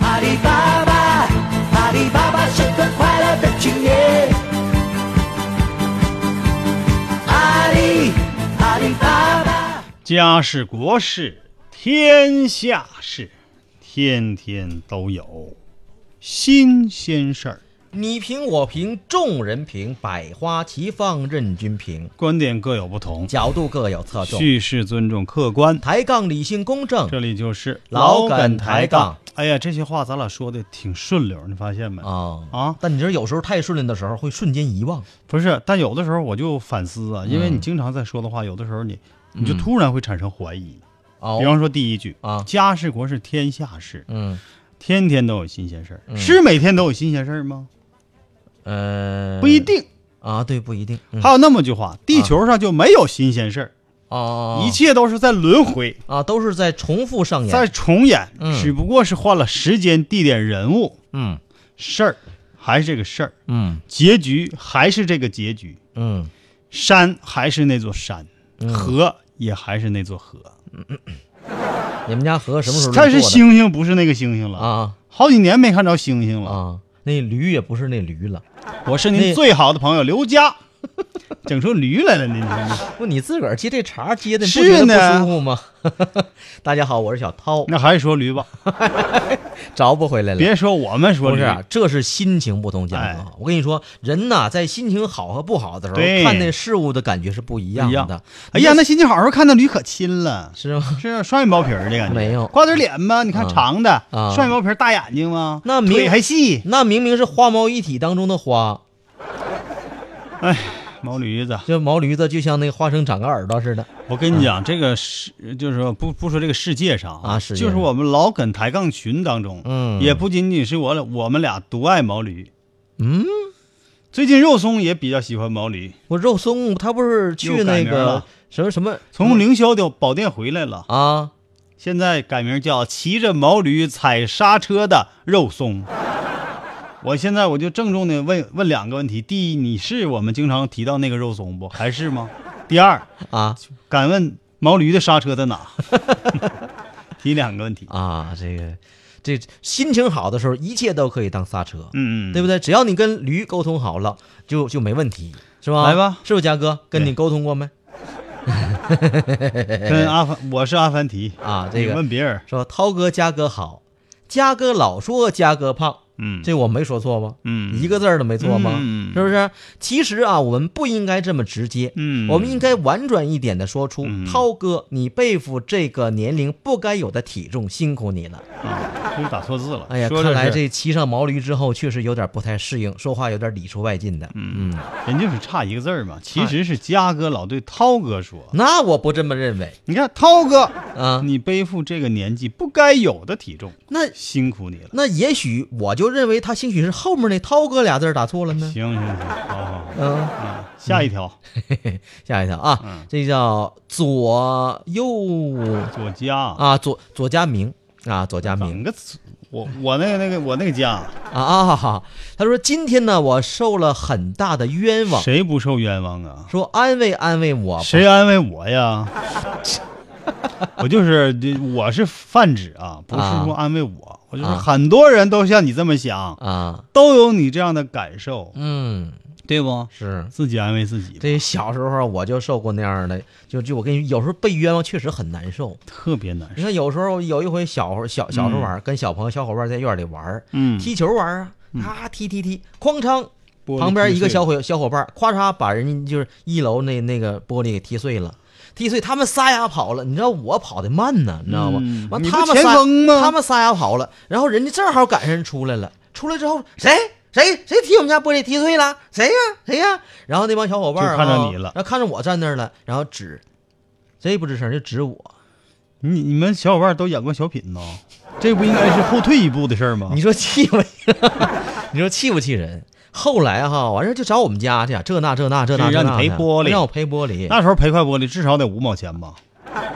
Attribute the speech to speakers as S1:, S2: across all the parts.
S1: 阿里巴巴，阿里巴巴是个快乐的青年。阿里，阿里巴巴。
S2: 家事国事天下事，天天都有新鲜事儿。
S3: 你评我评众人评，百花齐放任君评，
S2: 观点各有不同，
S3: 角度各有侧重，
S2: 叙事尊重客观。
S3: 抬杠理性公正。
S2: 这里就是
S3: 老
S2: 梗
S3: 梗抬杠。
S2: 哎呀，这些话咱俩说的挺顺溜，你发现没？
S3: 啊
S2: 啊
S3: 但你这有时候太顺利的时候，会瞬间遗忘。
S2: 不是，但有的时候我就反思
S3: 嗯
S2: 啊，因为你经常在说的话，有的时候你你就突然会产生怀疑。
S3: 哦
S2: 比方说第一句
S3: 啊
S2: 家事国事天下事，
S3: 嗯，
S2: 天天都有新鲜事儿，是每天都有新鲜事儿吗？
S3: 呃，
S2: 不一定。
S3: 啊，对，不一定。嗯
S2: 还有那么句话，地球上就没有新鲜事儿，
S3: 哦，
S2: 一切都是在轮回，
S3: 啊，都是在重复上演。
S2: 在重演，
S3: 嗯
S2: 只不过是换了时间、地点、人物、
S3: 嗯
S2: 事儿，还是这个事儿，
S3: 嗯
S2: 结局还是这个结局，
S3: 嗯，
S2: 山还是那座山，河也还是那座河。
S3: 你们家河什么时候
S2: 但是
S3: 做的
S2: 星星不是那个星星了，
S3: 啊
S2: 好几年没看着星星了。
S3: 啊，那驴也不是那驴了，
S2: 我是您
S3: 那
S2: 最好的朋友 刘佳，整出驴来了，您听听
S3: 不，你自个儿接这茬儿接的，你不
S2: 是
S3: 觉得
S2: 呢
S3: 不舒服吗？ 大家好，我是小涛，
S2: 那还是说驴吧，
S3: 找不回来了。
S2: 别说我们说
S3: 不
S2: 驴
S3: 是，，啊这是心情不同，江哥。
S2: 哎
S3: 我跟你说，人呐，在心情好和不好的时候，
S2: 对
S3: 看那事物的感觉是不一样
S2: 一
S3: 的
S2: 样。。哎呀，那心情好时候看到驴可亲了，
S3: 是吗？
S2: 是双眼包皮儿的感觉，
S3: 没有
S2: 瓜子脸吗？你看
S3: 啊
S2: 长的，
S3: 啊
S2: 双眼包皮儿大眼睛吗？
S3: 那明
S2: 腿还细，
S3: 那明明是花毛一体当中的花，
S2: 哎，毛驴子，
S3: 这毛驴子就像那个花生长个耳朵似的。
S2: 我跟你讲，这个世就是说不不说这个世界上
S3: 嗯啊世界
S2: 就
S3: 上
S2: 是我们老梗抬杠群当中，
S3: 嗯
S2: 也不仅仅是我俩我们俩独爱毛驴，
S3: 嗯，
S2: 最近肉松也比较喜欢毛驴，
S3: 我肉松他不是去
S2: 又改
S3: 那
S2: 名
S3: 个
S2: 了
S3: 什么什么
S2: 从凌霄的保店回来了，
S3: 啊？
S2: 现在改名叫骑着毛驴踩刹车的肉松。我现在我就郑重的问问两个问题：第一，你是我们经常提到那个肉松不？还 是吗？第二，
S3: 啊
S2: 敢问毛驴的刹车 在哪？提两个问题。
S3: 啊，这个这心情好的时候，一切都可以当刹车，
S2: 嗯嗯，
S3: 对不对？只要你跟驴沟通好了，就就没问题，是吧？
S2: 来吧
S3: 是不是佳哥跟你
S2: 对
S3: 沟通过没？
S2: 跟阿凡，我是阿凡提
S3: 啊这个
S2: 你问别人，
S3: 说涛哥、佳哥好，佳哥老说佳哥胖，
S2: 嗯，
S3: 这我没说错吗？
S2: 嗯
S3: 一个字儿都没错吗？
S2: 嗯
S3: 是不是？其实啊，我们不应该这么直接，
S2: 嗯
S3: 我们应该婉转一点的说出，
S2: 嗯
S3: 涛哥，你背负这个年龄不该有的体重，辛苦你了。
S2: 啊，就是打错字了。
S3: 哎呀，
S2: 说
S3: 看来
S2: 是
S3: 这骑上毛驴之后，确实有点不太适应，说话有点里出外进的。嗯，
S2: 人就是差一个字儿嘛。
S3: 啊
S2: 其实是嘉哥老对涛哥说，
S3: 那我不这么认为
S2: 你看涛哥，
S3: 啊。
S2: 你背负这个年纪不该有的体重，
S3: 那
S2: 辛苦你了。
S3: 那也许我就认为他兴许是后面那涛哥俩字儿打错了呢。
S2: 行行行，好好好，
S3: 嗯、
S2: 啊，下一条，
S3: 吓一跳啊！
S2: 嗯
S3: 这叫左右
S2: 左家啊，
S3: 啊，左左家明啊，左家明
S2: 整个词我我那个那个我那个家，
S3: 啊啊！哈他说今天呢，我受了很大的冤枉，
S2: 谁不受冤枉啊？
S3: 说安慰安慰我吧。
S2: 谁安慰我呀？我就是，我是泛指啊，不是说安慰我，我就是
S3: 啊
S2: 很多人都像你这么想，
S3: 啊？
S2: 都有你这样的感受，
S3: 嗯，
S2: 对不？
S3: 是。
S2: 自己安慰自己吧，
S3: 这小时候啊我就受过那样的，就就我跟你有时候被冤枉确实很难受。
S2: 特别难
S3: 你
S2: 受。
S3: 看有时候有一回小小小时候玩儿，跟小朋友小伙伴在院里玩儿，
S2: 嗯，
S3: 踢球玩儿啊，啊踢踢踢，哐当，
S2: 玻璃
S3: 旁边一个
S2: 踢碎
S3: 小伙小伙伴儿，咵嚓把人家就是一楼那那个玻璃给踢碎了。踢碎，他们仨丫跑了，你知道我跑的慢呢，你知道吗
S2: 嗯？
S3: 完、
S2: 你不
S3: 他们
S2: 前
S3: 仨
S2: 锋吗
S3: 他们仨丫跑了，然后人家正好赶上人出来了，出来之后谁谁谁踢我们家玻璃踢碎了，谁呀、谁呀、然后那帮小伙伴儿
S2: 就看着
S3: 啊
S2: 你了
S3: 然后看着我站那儿了，然后指，谁也不吱声就指我，
S2: 你你们小伙伴都演过小品呢，这不应该是后退一步的事儿吗
S3: 你？说气不？你说气不气人？后来哈，完事儿就找我们家去啊，这那这那这那
S2: 是
S3: 这
S2: 让
S3: 那
S2: 你赔
S3: 的
S2: 玻璃
S3: 让我赔玻璃。
S2: 那时候赔块玻璃至少得五毛钱吧？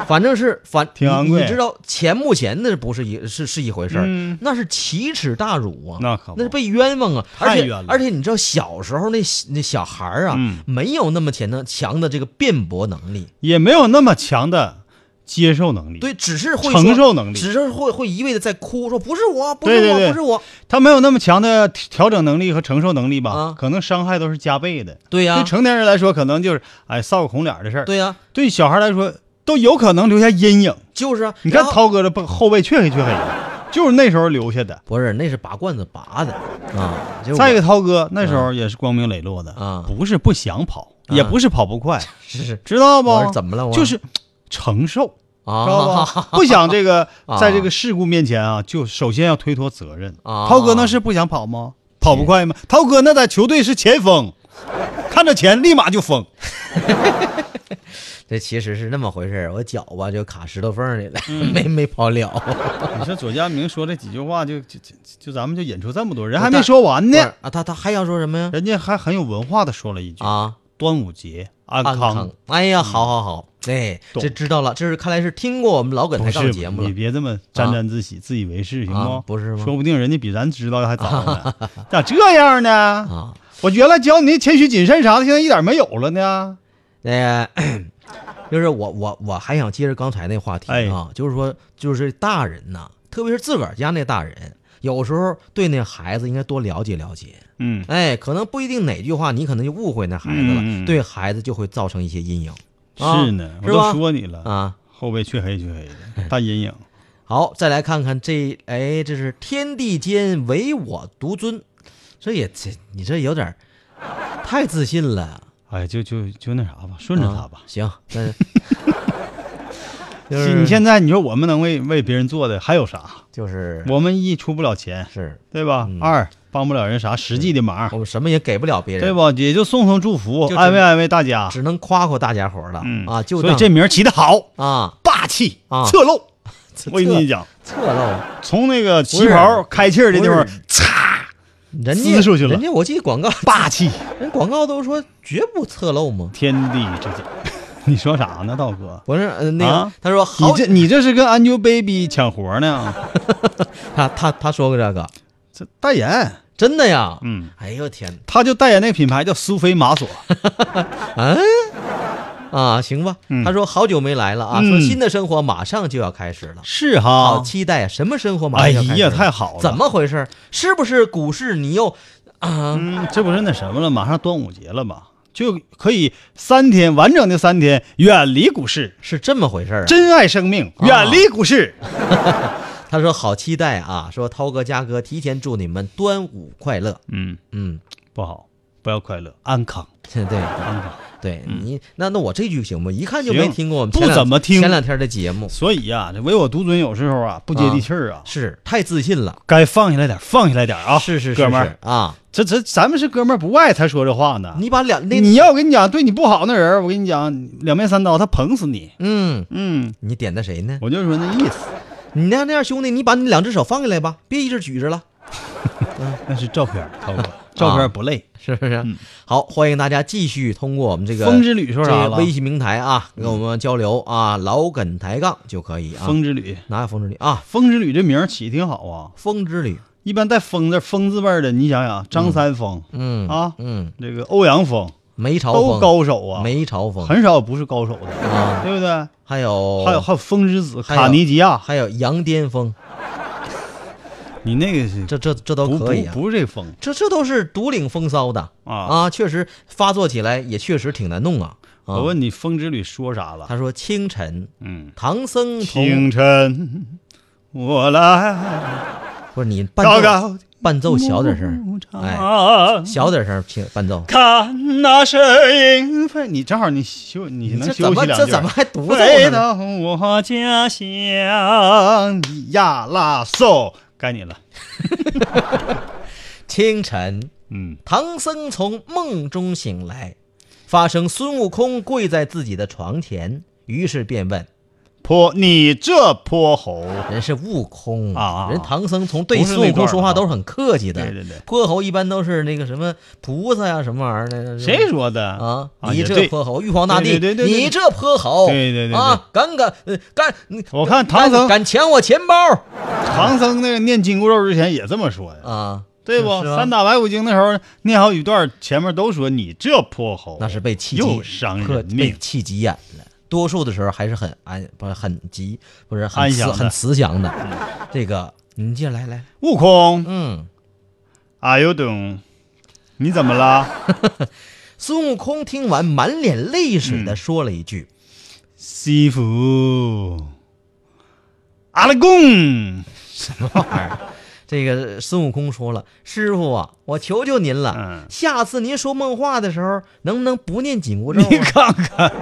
S3: 反正是反，
S2: 挺昂贵
S3: 你你知道钱不钱那不是一是是一回事儿、
S2: 嗯
S3: 那是奇耻大辱啊，
S2: 那可不
S3: 是被冤枉啊，而
S2: 太
S3: 且
S2: 冤了
S3: 而且你知道小时候那那小孩儿啊、
S2: 嗯
S3: 没有那么强的强的这个辩驳能力，
S2: 也没有那么强的接受能力。，
S3: 对，只是会
S2: 承
S3: 说
S2: 受能力
S3: 只是会会一味的在哭，说不是我，不是我，
S2: 对对对
S3: 不是我，
S2: 他没有那么强的调整能力和承受能力吧？
S3: 啊
S2: 可能伤害都是加倍的。
S3: 对呀、
S2: 对成年人来说，可能就是哎臊个红脸儿的事儿。
S3: 对呀、
S2: 对小孩来说，都有可能留下阴影。
S3: 就是啊，
S2: 你看
S3: 然后
S2: 涛哥这背后背黢黑黢黑的，就是那时候留下的。
S3: 不是那是拔罐子拔的啊，就是
S2: 嗯再一
S3: 哎我嗯
S2: 个，涛哥那时候也是光明磊落的
S3: 啊
S2: 不是不想跑，
S3: 啊
S2: 也不是跑不快，
S3: 是是
S2: 知道
S3: 我
S2: 不？
S3: 是怎么了我
S2: 就是承受，知道
S3: 啊
S2: 吧？不想这个
S3: 啊，
S2: 在这个事故面前啊，就首先要推脱责任。
S3: 啊
S2: 涛哥那是不想跑吗？跑不快吗？涛哥那在球队是前锋，看着钱立马就 疯。
S3: 这其实是那么回事儿，我脚吧就卡石头缝里了，
S2: 嗯
S3: 没没跑了。
S2: 你说左佳明说这几句话，就就就就咱们就引出这么多人，
S3: 不
S2: 还
S3: 是
S2: 没说完
S3: 不
S2: 呢
S3: 是。啊，他他还要说什么呀？
S2: 人家还很有文化的说了一句
S3: 啊，：“
S2: 端午节呃安
S3: 安
S2: 康嗯
S3: 康。。哎呀，好好好，哎，
S2: 懂
S3: 这知道了，这是看来是听过我们老梗
S2: 不
S3: 抬杠
S2: 是，
S3: 节目
S2: 你
S3: 了。
S2: 别这么沾沾自喜、自以为是，行
S3: 啊
S2: 不？
S3: 不是吗
S2: 说不定人家比咱知道的还早 呢。咋这样呢？
S3: 啊，
S2: 我原来教你那谦虚、谨慎啥的，现在一点没有了呢。
S3: 那个哎 就是我我我还想接着刚才那话题
S2: 哎
S3: 啊，就是说就是大人呐、特别是自个儿家那大人，有时候对那孩子应该多了解了解。
S2: 嗯，
S3: 哎，可能不一定哪句话你可能就误会那孩子了，
S2: 嗯嗯嗯
S3: 对孩子就会造成一些阴影。啊
S2: 是呢，我
S3: 是
S2: 都
S3: 吧？
S2: 说你了，
S3: 啊，
S2: 后背黢黑黢 黑的，大阴影。
S3: 好，再来看看这，哎，这是天地间唯我独尊，这也这你这有点儿太自信了，
S2: 哎，就就就那啥吧，顺着他
S3: 啊。
S2: 吧
S3: 行，那 就
S2: 你
S3: 是
S2: 你现在你说我们能为为别人做的还有啥？
S3: 就是
S2: 我们一出不了钱，
S3: 是
S2: 对吧？
S3: 嗯
S2: 二帮不了人啥实际的忙
S3: 我，们什么也给不了别人，
S2: 对？不？也就送送祝福，
S3: 嗯就
S2: 安
S3: 只
S2: 慰安慰大家。
S3: 只能夸夸大家伙儿了、
S2: 嗯
S3: 啊，就
S2: 所以
S3: 当
S2: 这名儿起的好，
S3: 啊
S2: 霸气
S3: 啊
S2: 侧漏。
S3: 侧
S2: 我跟你讲，
S3: 侧漏，
S2: 从那个旗袍开气儿的地方
S3: 不是，
S2: 嚓，
S3: 人
S2: 撕
S3: 家
S2: 出去了
S3: 人家我记得广告
S2: 霸气，
S3: 人广告都说绝不侧漏嘛，
S2: 天地之间。 你说啥呢，道哥？
S3: 不是，呃、那个、
S2: 啊
S3: 他说
S2: 你
S3: 好，
S2: 这你这是跟 Angelababy 抢活呢？啊
S3: 他他他说过这个，
S2: 这代言，
S3: 真的呀，
S2: 嗯，
S3: 哎呦天，
S2: 他就代言那个品牌叫苏菲玛索。
S3: 嗯、啊，行吧，
S2: 嗯
S3: 他说好久没来了啊，
S2: 嗯
S3: 说新的生活马上就要开始了。
S2: 是
S3: 好
S2: 哈，
S3: 期待啊！什么生活马
S2: 哎
S3: 上就要开始
S2: 呀，
S3: 了？
S2: 太好了！
S3: 怎？么回事？是不是股市你又啊？
S2: 嗯，这不是那什么了，马上端午节了嘛，就可以三天完整的三天远离股市，
S3: 是这么回事儿啊？
S2: 珍爱生命，
S3: 啊
S2: 远离股市。
S3: 他说好期待啊！说涛哥、嘉哥提前祝你们端午快乐。
S2: 嗯，
S3: 嗯，
S2: 不好，不要快乐，安康，
S3: 对
S2: 安康。
S3: 对，你那那我这句行吗？一看就
S2: 啊嗯行
S3: 没听过我们
S2: 不
S3: 前两
S2: 怎么听
S3: 前两天的节目，
S2: 所以呀、这唯我独尊有时候啊不接地气儿啊，
S3: 是太自信了。
S2: 该放下来点，放下来点啊！
S3: 是是是
S2: 哥们
S3: 是
S2: 儿，
S3: 啊！
S2: 这这咱们是哥们儿不爱才说这话呢。
S3: 你把两那
S2: 你要我跟你讲，对你不好那人儿，我跟你讲，两面三刀，他捧死你。
S3: 嗯，
S2: 嗯，
S3: 你点的谁呢？
S2: 我就说那意思，
S3: 你那那样兄弟，你把你两只手放下来吧，别一直举着 了，
S2: 那是照 片儿，涛哥，照片
S3: 啊
S2: 儿不累。
S3: 是不是？嗯好，欢迎大家继续通过我们这个
S2: 风之旅说啥
S3: 这
S2: 了
S3: 个微信平台啊，跟我们交流啊，老梗抬杠就可以啊。
S2: 风之旅，
S3: 哪有风之旅啊？
S2: 风之旅这名儿起挺好啊。
S3: 风之旅，
S2: 一般带“风”字、“风”字辈儿的，你想想，张三丰、
S3: 嗯
S2: 啊
S3: 嗯，
S2: 这个欧阳锋
S3: 梅超
S2: 都
S3: 风，
S2: 高手啊，
S3: 梅超风，
S2: 很少不是高手的，
S3: 啊
S2: 对不对？
S3: 还有
S2: 还有还有风之子
S3: 还有
S2: 卡尼吉亚，
S3: 还有羊癫疯，
S2: 你那个是
S3: 这这这都
S2: 不不
S3: 可以啊。
S2: 不是这风，
S3: 这这都是独领风骚的
S2: 啊
S3: 确实发作起来也确实挺难弄啊。啊
S2: 我问你风之旅说啥了？
S3: 他说清晨，
S2: 嗯，
S3: 唐僧同
S2: 清晨我来，
S3: 不是你伴
S2: 高
S3: 奏
S2: 高
S3: 伴奏小点声，哎，
S2: 哎，
S3: 小点声，请伴奏。
S2: 看那是莺飞，你正好你休你
S3: 你
S2: 能
S3: 这
S2: 休
S3: 怎
S2: 息
S3: 么
S2: 两句儿。啊
S3: 这怎么还独奏
S2: 回
S3: 呢？
S2: 到我家乡亚拉索，该你了。
S3: 清晨，
S2: 嗯，
S3: 唐僧从梦中醒来，发生孙悟空跪在自己的床前，于是便问：“
S2: 泼你这泼猴，
S3: 人是悟空
S2: 啊啊啊
S3: 人唐僧从对
S2: 不是
S3: 孙
S2: 那
S3: 悟空
S2: 段
S3: 说
S2: 儿
S3: 话
S2: 啊
S3: 都是很客气的。
S2: 对对对
S3: 泼猴一般都是那个什么菩萨呀、什么玩意儿的。是吧
S2: 谁说的
S3: 啊？你
S2: 也
S3: 这
S2: 对
S3: 泼猴，玉皇大帝，
S2: 对对对对对
S3: 你这泼猴，
S2: 对对对对
S3: 啊，敢敢呃敢，
S2: 我看唐僧
S3: 敢敢抢我钱包
S2: 唐僧那个念紧箍咒之前也这么说呀，
S3: 啊？
S2: 对
S3: 是
S2: 不？
S3: 是吧
S2: 三打白骨精的时候念好几段，前面都说你这泼猴，
S3: 那是被气急，
S2: 又伤
S3: 克
S2: 人
S3: 被
S2: 命。
S3: 气急眼了。多数的时候还是很安，不是很急，不是很
S2: 安
S3: 慈
S2: 详的
S3: 很慈祥的。这个你接着来来，
S2: 悟空，
S3: 嗯，
S2: 哎呦懂，你怎么了？
S3: 孙悟空听完满脸泪水
S2: 嗯
S3: 的说了一句
S2: 师傅，阿拉贡，：“
S3: 玩意儿。”这个孙悟空说了：“师傅啊，我求求您了，
S2: 嗯
S3: 下次您说梦话的时候，能不能不念紧箍咒、啊？
S2: 你看看，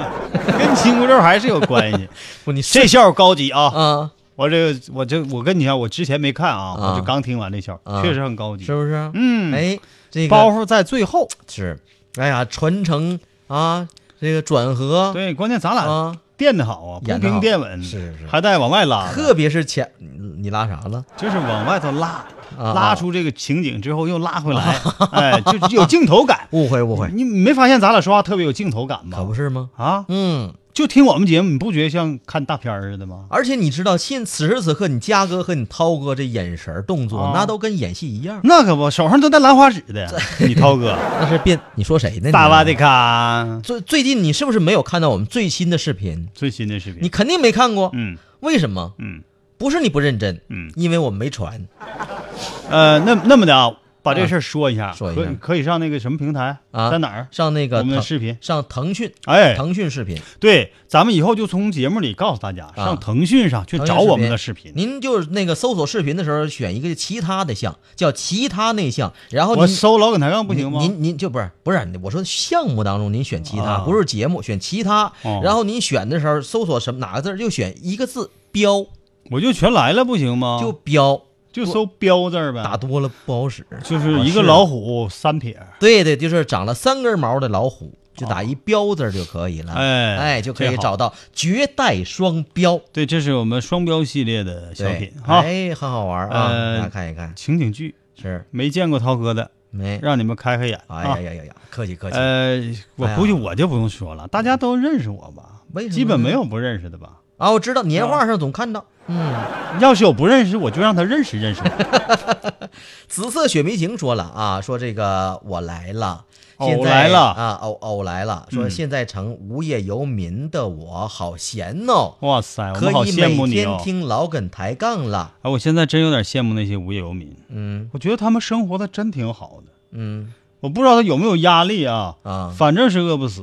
S2: 跟紧箍咒还是有 关系。
S3: 不，你
S2: 这笑高级啊！
S3: 啊，
S2: 我这个我这我跟你讲，我之前没看啊，
S3: 啊
S2: 我就刚听完这笑
S3: 啊，
S2: 确实很高级
S3: 是。不是？
S2: 嗯
S3: 哎，这个
S2: 包袱在最后，
S3: 是，哎呀，传承啊，这个转合，
S2: 对，关键咱俩
S3: 啊，
S2: 垫的好啊，不
S3: 演得好
S2: 平垫稳，
S3: 是是
S2: 还带往外拉的，
S3: 特别是前，你你拉啥了？
S2: 就是往外头拉，
S3: 啊
S2: 拉出这个情景之后又拉回来，哎，就是有镜 头感。
S3: 误会误会，
S2: 你没发现咱俩说话特别有镜头感吗？
S3: 可不是吗？
S2: 啊，
S3: 嗯，
S2: 就听我们节目，你不觉得像看大片儿似的吗？
S3: 而且你知道，现此时此刻，你嘉哥和你涛哥这眼神儿动作，
S2: 啊
S3: 那都跟演戏一样。
S2: 那可不，手上都带兰花指的。你涛 哥，
S3: 那是变，你说谁呢？你啊
S2: 大洼的看
S3: 最最近你是不是没有看到我们最新的视频？
S2: 最新的视频，
S3: 你肯定没看过，
S2: 嗯
S3: 为什么？
S2: 嗯
S3: 不是你不认真，
S2: 嗯
S3: 因为我没传。
S2: 呃，那那么的啊，把这事儿说一下，
S3: 啊说一下
S2: 可以可以上那个什么平台
S3: 啊
S2: 在哪儿？
S3: 上那个
S2: 我们的
S3: 腾
S2: 视频
S3: 上腾讯，
S2: 哎
S3: 腾讯视频
S2: 对，咱们以后就从节目里告诉大
S3: 啊
S2: 家，上腾讯上去找我们的视频。
S3: 您就是那个搜索视频的时候选一个其他的项，叫其他那项，然后
S2: 我
S3: 您
S2: 搜老梗抬杠不行吗？
S3: 您您您就不是不是我说项目当中您选其他，
S2: 啊
S3: 不是节目选其他，
S2: 哦
S3: 然后您选的时候搜索什么哪个字儿就选一个字标，
S2: 我就全来了不行吗？
S3: 就标，
S2: 就搜标字儿呗，
S3: 打多了不好使。
S2: 啊就是一
S3: 啊
S2: 个
S3: 是啊
S2: 老虎三撇，
S3: 对对，就是长了三根毛的老虎，就打一标字儿就可以了，
S2: 哎
S3: 哎就可以
S2: 这好
S3: 找到绝代双标
S2: 对，这是我们双标系列的小
S3: 对
S2: 品，哈，
S3: 哎很好玩啊，
S2: 呃
S3: 大家看一看，
S2: 情景剧，
S3: 是
S2: 没见过涛哥的，
S3: 没，
S2: 让你们开开眼
S3: 哎呀
S2: 啊。
S3: 呀呀呀，客气客气。
S2: 呃，我
S3: 哎呀
S2: 估计我就不用说了，大家都认识我吧
S3: 为什？么
S2: 基本
S3: 呢
S2: 没有不认识的吧？
S3: 啊，我知道年画上总看到，嗯，
S2: 要是有不认识，我就让他认识认识 我。
S3: 紫色雪迷情说了啊，说这个我来了。
S2: 偶
S3: 现在
S2: 哦来了
S3: 啊，偶偶来了。说
S2: 嗯
S3: 现在成无业游民的我，好闲哦，
S2: 哇塞，哎我
S3: 可
S2: 们好
S3: 以
S2: 羡慕
S3: 每
S2: 你
S3: 天
S2: 哦！
S3: 听老梗抬杠了。
S2: 哎，我现在真有点羡慕那些无业游民，
S3: 嗯
S2: 我觉得他们生活的真挺好的。
S3: 嗯，
S2: 我不知道他有没有压力啊，
S3: 啊
S2: 反正是饿不死，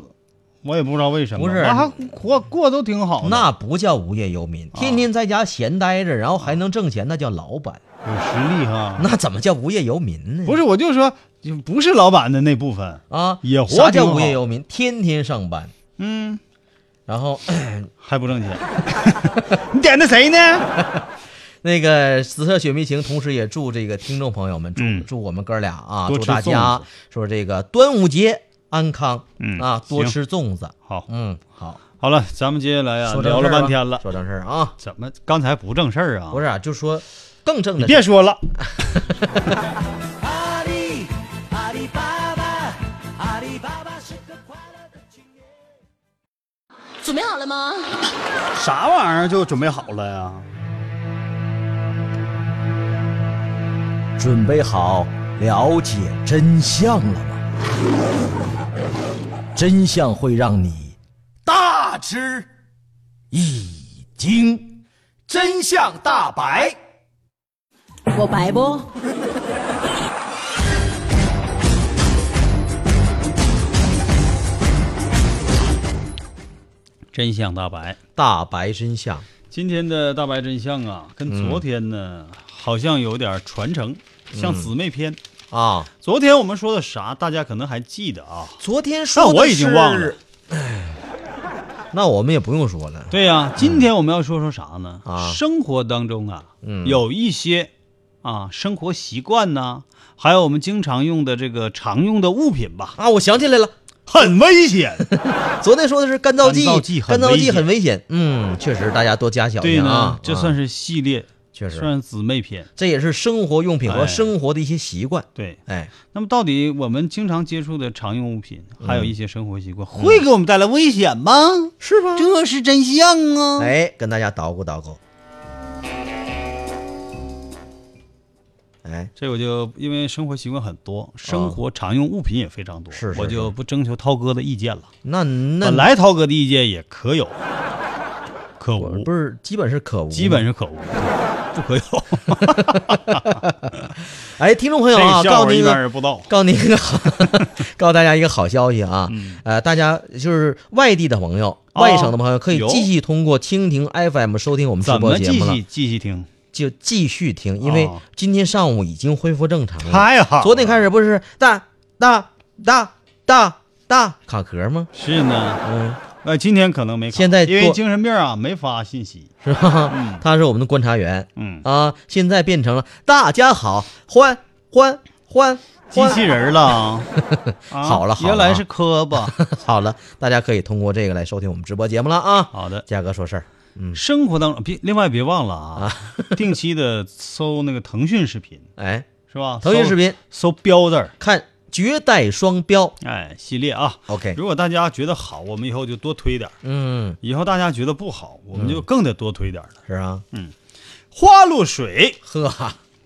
S2: 我也不知道为什么，
S3: 不是
S2: 那还活过得都挺好的。
S3: 那不叫无业游
S2: 哦
S3: 民，天天在家闲待着，然后还能挣钱，那叫老板。
S2: 有实力哈，
S3: 那怎么叫无业游民呢？
S2: 哦不是，我就说就不是老板的那部分，
S3: 啊，
S2: 也活
S3: 啥叫
S2: 挺好
S3: 无业游民？天天上班，
S2: 嗯，
S3: 然后
S2: 还不挣 钱。你点的谁呢？
S3: 那个紫色雪迷情，同时也祝这个听众朋友们，祝、
S2: 嗯
S3: 祝我们哥俩啊，
S2: 多
S3: 祝
S2: 吃
S3: 大家
S2: 粽子
S3: 说这个端午节安康，
S2: 嗯
S3: 啊，多
S2: 行
S3: 吃粽子，
S2: 好，
S3: 嗯，好，
S2: 好了，咱们接下来啊，
S3: 说正
S2: 聊
S3: 事
S2: 了
S3: 儿
S2: 半
S3: 吧
S2: 天了，
S3: 说正事儿啊，
S2: 怎么刚才不正事儿啊？
S3: 不是、啊，就说更正
S2: 你
S3: 的，
S2: 别说了，
S1: 阿里阿里巴巴，阿里巴巴是个快乐的青年。
S4: 准备好了吗？
S2: 啥玩意儿就准备好了呀？
S3: 准备好了解真相了吗？真相会让你大吃一惊，真相大白。
S4: 我白不？
S2: 真相大白。
S3: 大白真相，
S2: 今天的大白真相啊，跟昨天呢、好像有点传承，像姊妹篇。
S3: 啊，
S2: 昨天我们说的啥，大家可能还记得啊？
S3: 昨天说的
S2: 那我已经忘了
S3: 是。唉那我们也不用说了，
S2: 对呀、今天我们要说说啥呢？
S3: 嗯啊
S2: 生活当中啊，
S3: 嗯
S2: 有一些啊生活习惯呐、还有我们经常用的这个常用的物品吧，
S3: 啊！我想起来了，
S2: 很危 险。
S3: 昨天说的是干燥剂
S2: 干燥剂，很
S3: 干燥
S2: 危
S3: 剂
S2: 险
S3: 很危险。嗯，确实大家多加小
S2: 对
S3: 心
S2: 呢
S3: 啊，。
S2: 这算
S3: 是
S2: 是系列，
S3: 确实
S2: 算是姊妹篇。
S3: 这也是生活用品和
S2: 哎
S3: 生活的一些习惯。
S2: 对，
S3: 哎，
S2: 那么到底我们经常接触的常用物品，
S3: 嗯
S2: 还有一些生活习惯，会给我们带来危险吗？
S3: 是吗？
S2: 这是真相啊！
S3: 嗯哎，跟大家捣鼓捣鼓。哎，
S2: 这我就因为生活习惯很多，生活常用物品也非常多，
S3: 啊是是
S2: 我就不征求涛哥的意见了。
S3: 那那
S2: 本来涛哥的意见也可有，可
S3: 我
S2: 无，
S3: 不是基本是可无，
S2: 基本是可无，不可 有。
S3: 哎，听众朋友
S2: 这
S3: 啊，
S2: 个
S3: 告
S2: 笑
S3: 诉
S2: 话
S3: 你
S2: 一
S3: 一个
S2: 般人不知道。
S3: 告诉你一个好，告诉大家一个好消息啊！呃，大家就是外地的朋友、
S2: 哦
S3: 外省的朋友，可以
S2: 有
S3: 继续通过蜻蜓 FM 收听我们直
S2: 怎
S3: 播
S2: 么
S3: 节
S2: 继
S3: 目了
S2: 续，继续听？
S3: 就继续听，因为
S2: 哦
S3: 今天上午已经恢复正常了。
S2: 太好了，
S3: 嗯昨天开始不是大大大大大卡壳吗？
S2: 是呢，
S3: 嗯，
S2: 呃，今天可能没考，
S3: 现在
S2: 因为
S3: 多
S2: 精神病啊没发信息。
S3: 是吧？他是我们的观察员
S2: 嗯，
S3: 啊，现在变成了大家好，欢欢欢
S2: 机
S3: 欢。
S2: 器 人了啊。啊
S3: 好了好了
S2: 原来是 磕巴。
S3: 好了，大家可以通过这个来收听我们直播节目了啊。
S2: 好的，
S3: 嘉哥说事儿，
S2: 生活当中别另外别忘了啊，定期的搜那个腾讯视频
S3: 哎，
S2: 是吧？
S3: 腾讯
S2: 搜
S3: 视频
S2: 搜标字儿，
S3: 看《绝代双标》
S2: 哎，系列啊。
S3: ，OK，
S2: 如果大家觉得好，我们以后就多推点儿；
S3: 嗯，
S2: 以后大家觉得不好，我们就更得多推点儿了。
S3: 是啊，
S2: 花露水，
S3: 呵，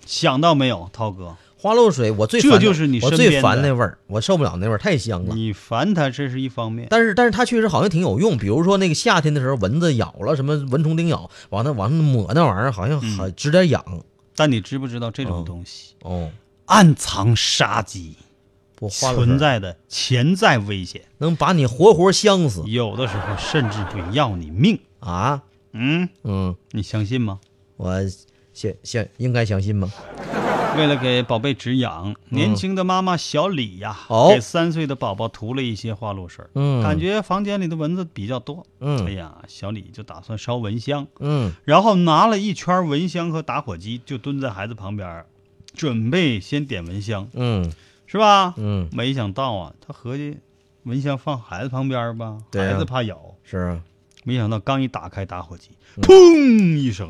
S2: 想到没有，涛哥？
S3: 花露水我最
S2: 这
S3: 烦的
S2: 就是你
S3: 我
S2: 身
S3: 最
S2: 边
S3: 烦
S2: 的嗯
S3: 那味儿，我受不了那味儿，太香了。
S2: 你烦它，这是一方面。
S3: 但是但是它确实好像挺有用，比如说那个夏天的时候，蚊子咬了什么蚊虫叮咬，往那往那抹那玩意儿，好像
S2: 嗯
S3: 很止点痒。
S2: 但你知不知道这种
S3: 嗯
S2: 东西
S3: 哦，
S2: 暗藏杀机，
S3: 不花露
S2: 存
S3: 水
S2: 在的潜在危险，
S3: 能把你活活香死
S2: 有的时候甚至会要你命。
S3: 啊！
S2: 嗯，
S3: 嗯，
S2: 你相信吗？
S3: 我相相应该相信吗？
S2: 为了给宝贝止痒，年轻的妈妈小李呀、
S3: 嗯哦
S2: 给三岁的宝宝涂了一些花露水。
S3: 嗯
S2: 感觉房间里的蚊子比较多。
S3: 嗯
S2: 哎呀，小李就打算烧蚊香，
S3: 嗯，
S2: 然后拿了一圈蚊香和打火机，就蹲在孩子旁边儿，准备先点蚊香，
S3: 嗯
S2: 是吧？
S3: 嗯，
S2: 没想到啊，他合计蚊香放孩子旁边儿吧，
S3: 对啊
S2: 孩子怕咬。
S3: 是啊，
S2: 没想到刚一打开打火机，
S3: 嗯
S2: 砰一声，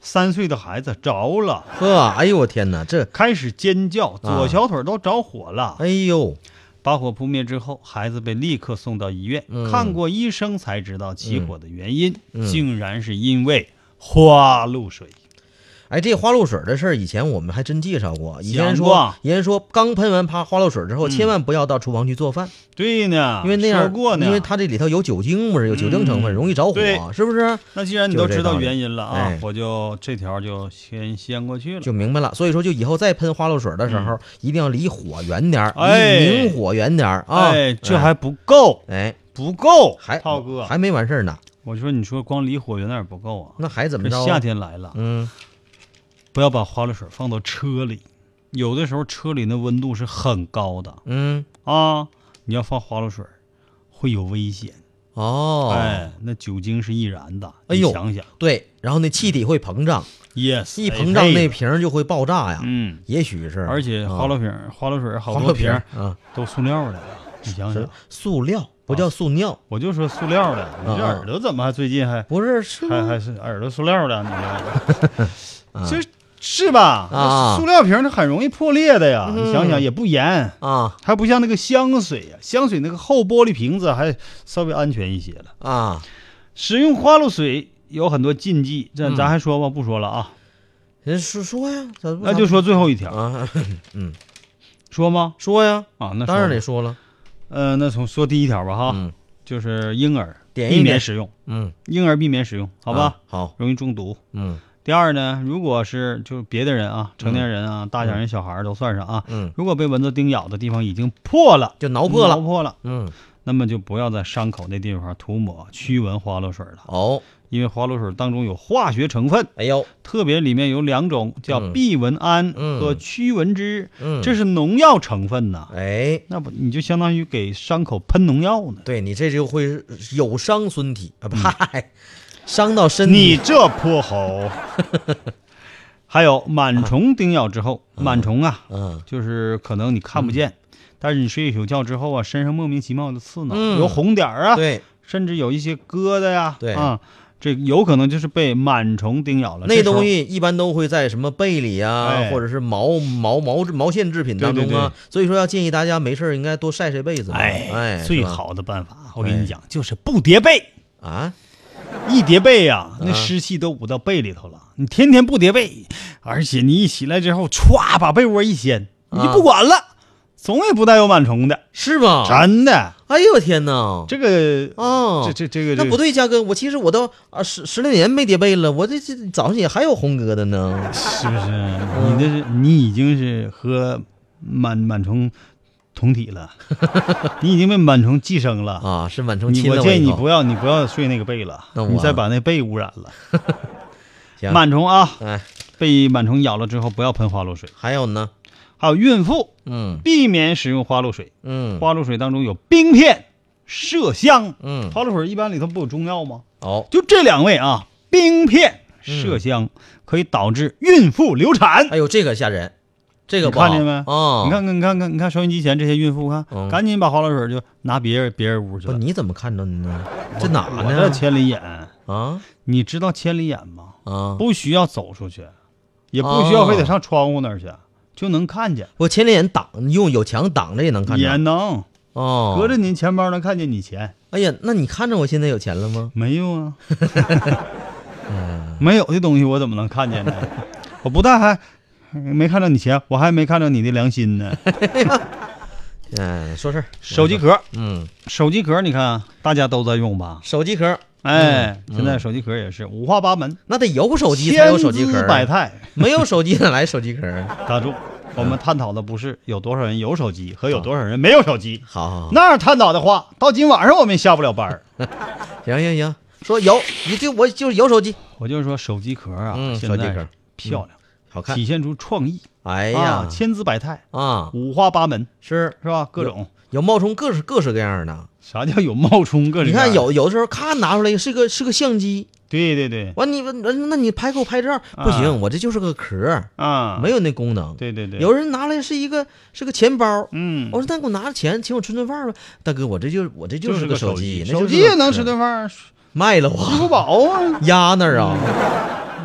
S2: 三岁的孩子着了。
S3: 呵，哎呦我天哪，这
S2: 开始尖叫，
S3: 啊
S2: 左小腿都着火了。
S3: 哎呦，
S2: 把火扑灭之后，孩子被立刻送到医院，
S3: 嗯
S2: 看过医生才知道起火的原因，
S3: 嗯
S2: 竟然是因为花露水。
S3: 哎，这花露水的事儿，以前我们还真介绍过。以前
S2: 讲
S3: 说
S2: 过，
S3: 以前说，刚喷完花花露水之后，千万不要到厨房去做饭，
S2: 对呢，
S3: 因为那
S2: 嗯啊说
S3: 样，
S2: 过呢，
S3: 因为它这里头有酒精不是有酒精成分，容易着火，
S2: 对
S3: 是不是？
S2: 那既然你都知道原因了啊，
S3: 就是这道理哎
S2: 我就这条就先掀过去了。
S3: 就明白了。所以说，就以后再喷花露水的时候，一定要离火远点儿，
S2: 嗯哎
S3: 离明火远点儿啊。
S2: 哎，这还不够，
S3: 哎，
S2: 不够，
S3: 还
S2: 涛哥，
S3: 还没完事儿呢，
S2: 我说你说光离火有点不够啊。
S3: 那还怎么
S2: 这
S3: 着啊？
S2: 夏天来了，
S3: 嗯，
S2: 不要把花露水放到车里，有的时候车里那温度是很高的。
S3: 嗯
S2: 啊，你要放花露水儿会有危险。
S3: 哦，
S2: 哎，那酒精是易燃的，
S3: 哎
S2: 你
S3: 呦
S2: 想想
S3: 对，然后那气体会膨胀，
S2: ，yes，
S3: 一
S2: 哎
S3: 膨胀
S2: 嘿
S3: 那瓶儿就会爆炸呀。
S2: 嗯，
S3: 也许是，
S2: 而且花露
S3: 啊
S2: 瓶儿、花露水儿好
S3: 花
S2: 多
S3: 露瓶
S2: 瓶
S3: 儿
S2: 儿
S3: 啊。
S2: 都塑料的了，你想想
S3: 是，塑料，不叫塑尿，
S2: 我就说塑料的，你这
S3: 啊啊
S2: 耳朵怎么还最近还
S3: 不是是
S2: 还还是耳朵塑料的？你 这这是吧？
S3: 嗯啊嗯
S2: 那塑料瓶儿它很容易破裂的呀，你想想也不严。
S3: 啊
S2: 还不像那个香水呀、香水那个厚玻璃瓶子还稍微安全一些了。
S3: 啊，
S2: 使用花露水有很多禁忌，这
S3: 嗯
S2: 咱还说吧，不说了啊。
S3: 人说说呀，咱
S2: 那就说最后一条，
S3: 啊，
S2: 说吗？
S3: 说呀，
S2: 啊，那说吧
S3: 当然得。说了，
S2: 呃，那从说第一条吧，哈，
S3: 嗯
S2: 就是婴儿
S3: 点一
S2: 避免
S3: 点
S2: 使用，
S3: 嗯，
S2: 婴儿避免使用，好吧，
S3: 啊好，
S2: 容易中毒。
S3: 嗯
S2: 第二呢，如果是就是别的人啊，成年人啊，大小人、小孩儿都算上啊，
S3: 嗯，
S2: 如果被蚊子叮咬的地方已经破了，
S3: 就挠破
S2: 挠
S3: 了，
S2: 破了，
S3: 嗯，
S2: 那么就不要在伤口那地方涂抹驱蚊花露水了，
S3: 哦，
S2: 因为花露水当中有化学成分，
S3: 哎呦，
S2: 特别里面有两种叫
S3: 嗯
S2: 避蚊胺
S3: 嗯
S2: 和驱蚊酯，
S3: 嗯
S2: 这是农药成分呐、
S3: 哎，
S2: 那不你就相当于给伤口喷农药呢？
S3: 对你这就会有伤身体啊，不嗨，伤到身
S2: 嗯你
S3: 体，
S2: 这 泼猴！还有螨虫叮咬之后，螨虫啊，
S3: 嗯
S2: 就是可能你看不见，但是你睡一宿觉之后啊，身上莫名其妙的刺挠，
S3: 嗯
S2: 有红点儿啊，
S3: 对，
S2: 甚至有一些疙瘩呀，
S3: 对
S2: 啊，这有可能就是被螨虫叮咬了。
S3: 那
S2: 这时候
S3: 东西一般都会在什么被里啊，
S2: 哎
S3: 或者是毛毛毛毛线制品当中啊，
S2: 对对对
S3: 所以说要建议大家没事儿应该多晒晒被子嘛。哎
S2: 哎，最
S3: 是吧
S2: 好的办法，我跟你讲，就是不叠被。
S3: 啊，
S2: 一叠被呀、那
S3: 啊
S2: 湿气都捂到被里头了。你天天不叠被，而且你一起来之后，歘把被窝一掀，你就
S3: 啊
S2: 不管了，总也不带有螨虫的。
S3: 是吧？
S2: 真的，
S3: 哎呦我天哪！
S2: 这个，
S3: 哦，
S2: 这这这个，
S3: 那不对，嘉哥，我其实我都啊十十来年没叠被了，我这这早上也还有红疙瘩呢。
S2: 是不是？
S3: 啊
S2: 你这是你已经是和螨螨虫同体了， 你已经被螨虫寄生了。
S3: 啊，是螨虫
S2: 你
S3: 亲
S2: 我
S3: 了
S2: 建议
S3: 一
S2: 你
S3: 口
S2: 不要你不要睡那个被了
S3: 那，我啊
S2: 你再把那被污染了。
S3: 行
S2: 螨虫啊，
S3: 哎，
S2: 被螨虫咬了之后不要喷花露水，
S3: 还有呢，
S2: 还有孕妇。
S3: 嗯
S2: 避免使用花露水。
S3: 嗯，
S2: 花露水当中有冰片、麝香。
S3: 嗯
S2: 花露水一般里头不有中药吗？
S3: 哦，
S2: 就这两位啊，冰片、麝香可以导致孕妇流产。
S3: 哎呦，这个吓人，这个
S2: 你
S3: 不好
S2: 看见没？
S3: 啊，
S2: 你看看，你看看，你看收音机前这些孕妇，看、
S3: 嗯
S2: 赶紧把花露水就拿别人别人屋去
S3: 不，
S2: 了。
S3: 你怎么看着的呢？这哪
S2: 我这
S3: 呢？
S2: 千里眼，
S3: 啊
S2: 你知道千里眼吗？
S3: 啊！
S2: 不需要走出去，也不需要
S3: 哦
S2: 非得上窗户那儿去，就能看见，
S3: 我千里眼挡用有墙挡着也能看
S2: 也
S3: 着
S2: 能
S3: 哦。
S2: 隔着您钱包能看见你钱。
S3: 哎呀，那你看着我现在有钱了吗？
S2: 没 有啊，
S3: 嗯
S2: 没有的东西我怎么能看见呢？ 我不但还没看着你钱，我还没看着你的良心呢。
S3: 嗯，说事儿，
S2: 手机壳，
S3: 嗯，
S2: 手机壳，你看啊大家都在用吧？
S3: 手机壳
S2: 哎，现在手机壳也是五花八门，
S3: 那得有嗯手机才
S2: 千
S3: 有手机壳
S2: 姿百
S3: 儿，
S2: 态。
S3: 没有手机哪来手机壳 儿？
S2: 打住，
S3: 嗯
S2: 我们探讨的不是有多少人有手机和有多少人没有手机。
S3: 好好好，
S2: 那样探讨的话，到今晚上我们也下不了班儿。
S3: 行行行，说有，你就我就是有手机，
S2: 我就是说手机壳啊，
S3: 嗯
S2: 现
S3: 手机
S2: 在
S3: 壳嗯
S2: 漂亮，
S3: 好看
S2: 体。现出创意。
S3: 哎
S2: 啊
S3: 呀，
S2: 千姿百态，
S3: 啊，
S2: 五花八门。
S3: 是
S2: 是吧？各种
S3: 有冒充各式各式各样的。
S2: 啥叫有冒充各种
S3: 你
S2: 各样
S3: 看
S2: 的？
S3: 有有的时候咔拿出来是个是个相机，
S2: 对对对
S3: 完你那你拍给我拍照不行，我这就是个壳儿，
S2: 啊，
S3: 没有那功能。
S2: 对对对，
S3: 有人拿来是一个是个钱包，
S2: 嗯
S3: 我，说那给我拿着钱请我吃顿饭吧，大哥，我这就我这
S2: 就是个
S3: 手
S2: 机，
S3: 那就是
S2: 手
S3: 个
S2: 机也能
S3: 壳
S2: 吃顿饭，
S3: 卖了
S2: 支 付
S3: 我
S2: 宝啊，
S3: 压那儿啊，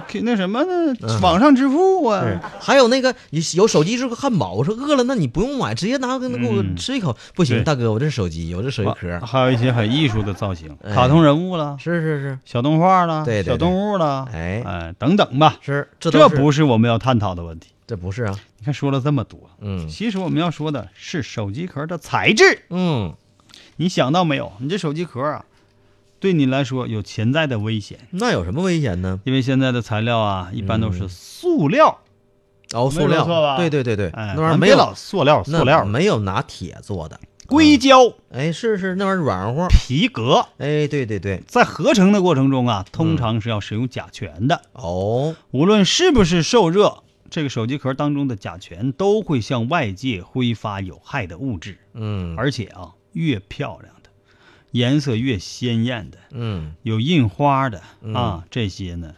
S2: 可那什么呢？
S3: 嗯
S2: 网上支付
S3: 是
S2: 啊，
S3: 还有那个有有手机是个汉堡，我说饿了那你不用买，直接拿个给我
S2: 嗯啊
S3: 吃一口，不
S2: 对
S3: 行，大哥，我这是手机，我这手机壳，
S2: 还有一些很艺术的造型，
S3: 哎
S2: 卡通人物了，
S3: 是是是
S2: 小动画了，
S3: 对对对
S2: 小动物了，
S3: 哎
S2: 哎，等等吧，
S3: 是，这
S2: 这
S3: 都是
S2: 不是我们要探讨的问题。
S3: 这不是啊，
S2: 你看说了这么多，
S3: 嗯
S2: 其实我们要说的是手机壳的材质。
S3: 嗯，
S2: 你想到没有？你这手机壳啊，对你来说有潜在的危险。
S3: 那有什么危险呢？
S2: 因为现在的材料啊，一般都
S3: 嗯
S2: 是塑料，
S3: 哦，塑
S2: 没说错
S3: 料，
S2: 吧
S3: 对对对对，
S2: 哎，
S3: 那玩意儿
S2: 咱
S3: 没
S2: 别老
S3: 有
S2: 塑料，塑
S3: 那嗯
S2: 料、
S3: 没有拿铁做的，
S2: 硅胶、
S3: 哎，是是那玩意儿软乎，
S2: 皮革，
S3: 哎，对对对，
S2: 在合成的过程中
S3: 嗯
S2: 啊，通常是要使用甲醛的。
S3: 哦，
S2: 无论是不是受热，这个手机壳当中的甲醛都会向外界挥发有害的物质，
S3: 嗯
S2: 而且啊，越漂亮的，颜色越鲜艳的，
S3: 嗯，
S2: 有印花的啊
S3: 嗯，
S2: 这些呢，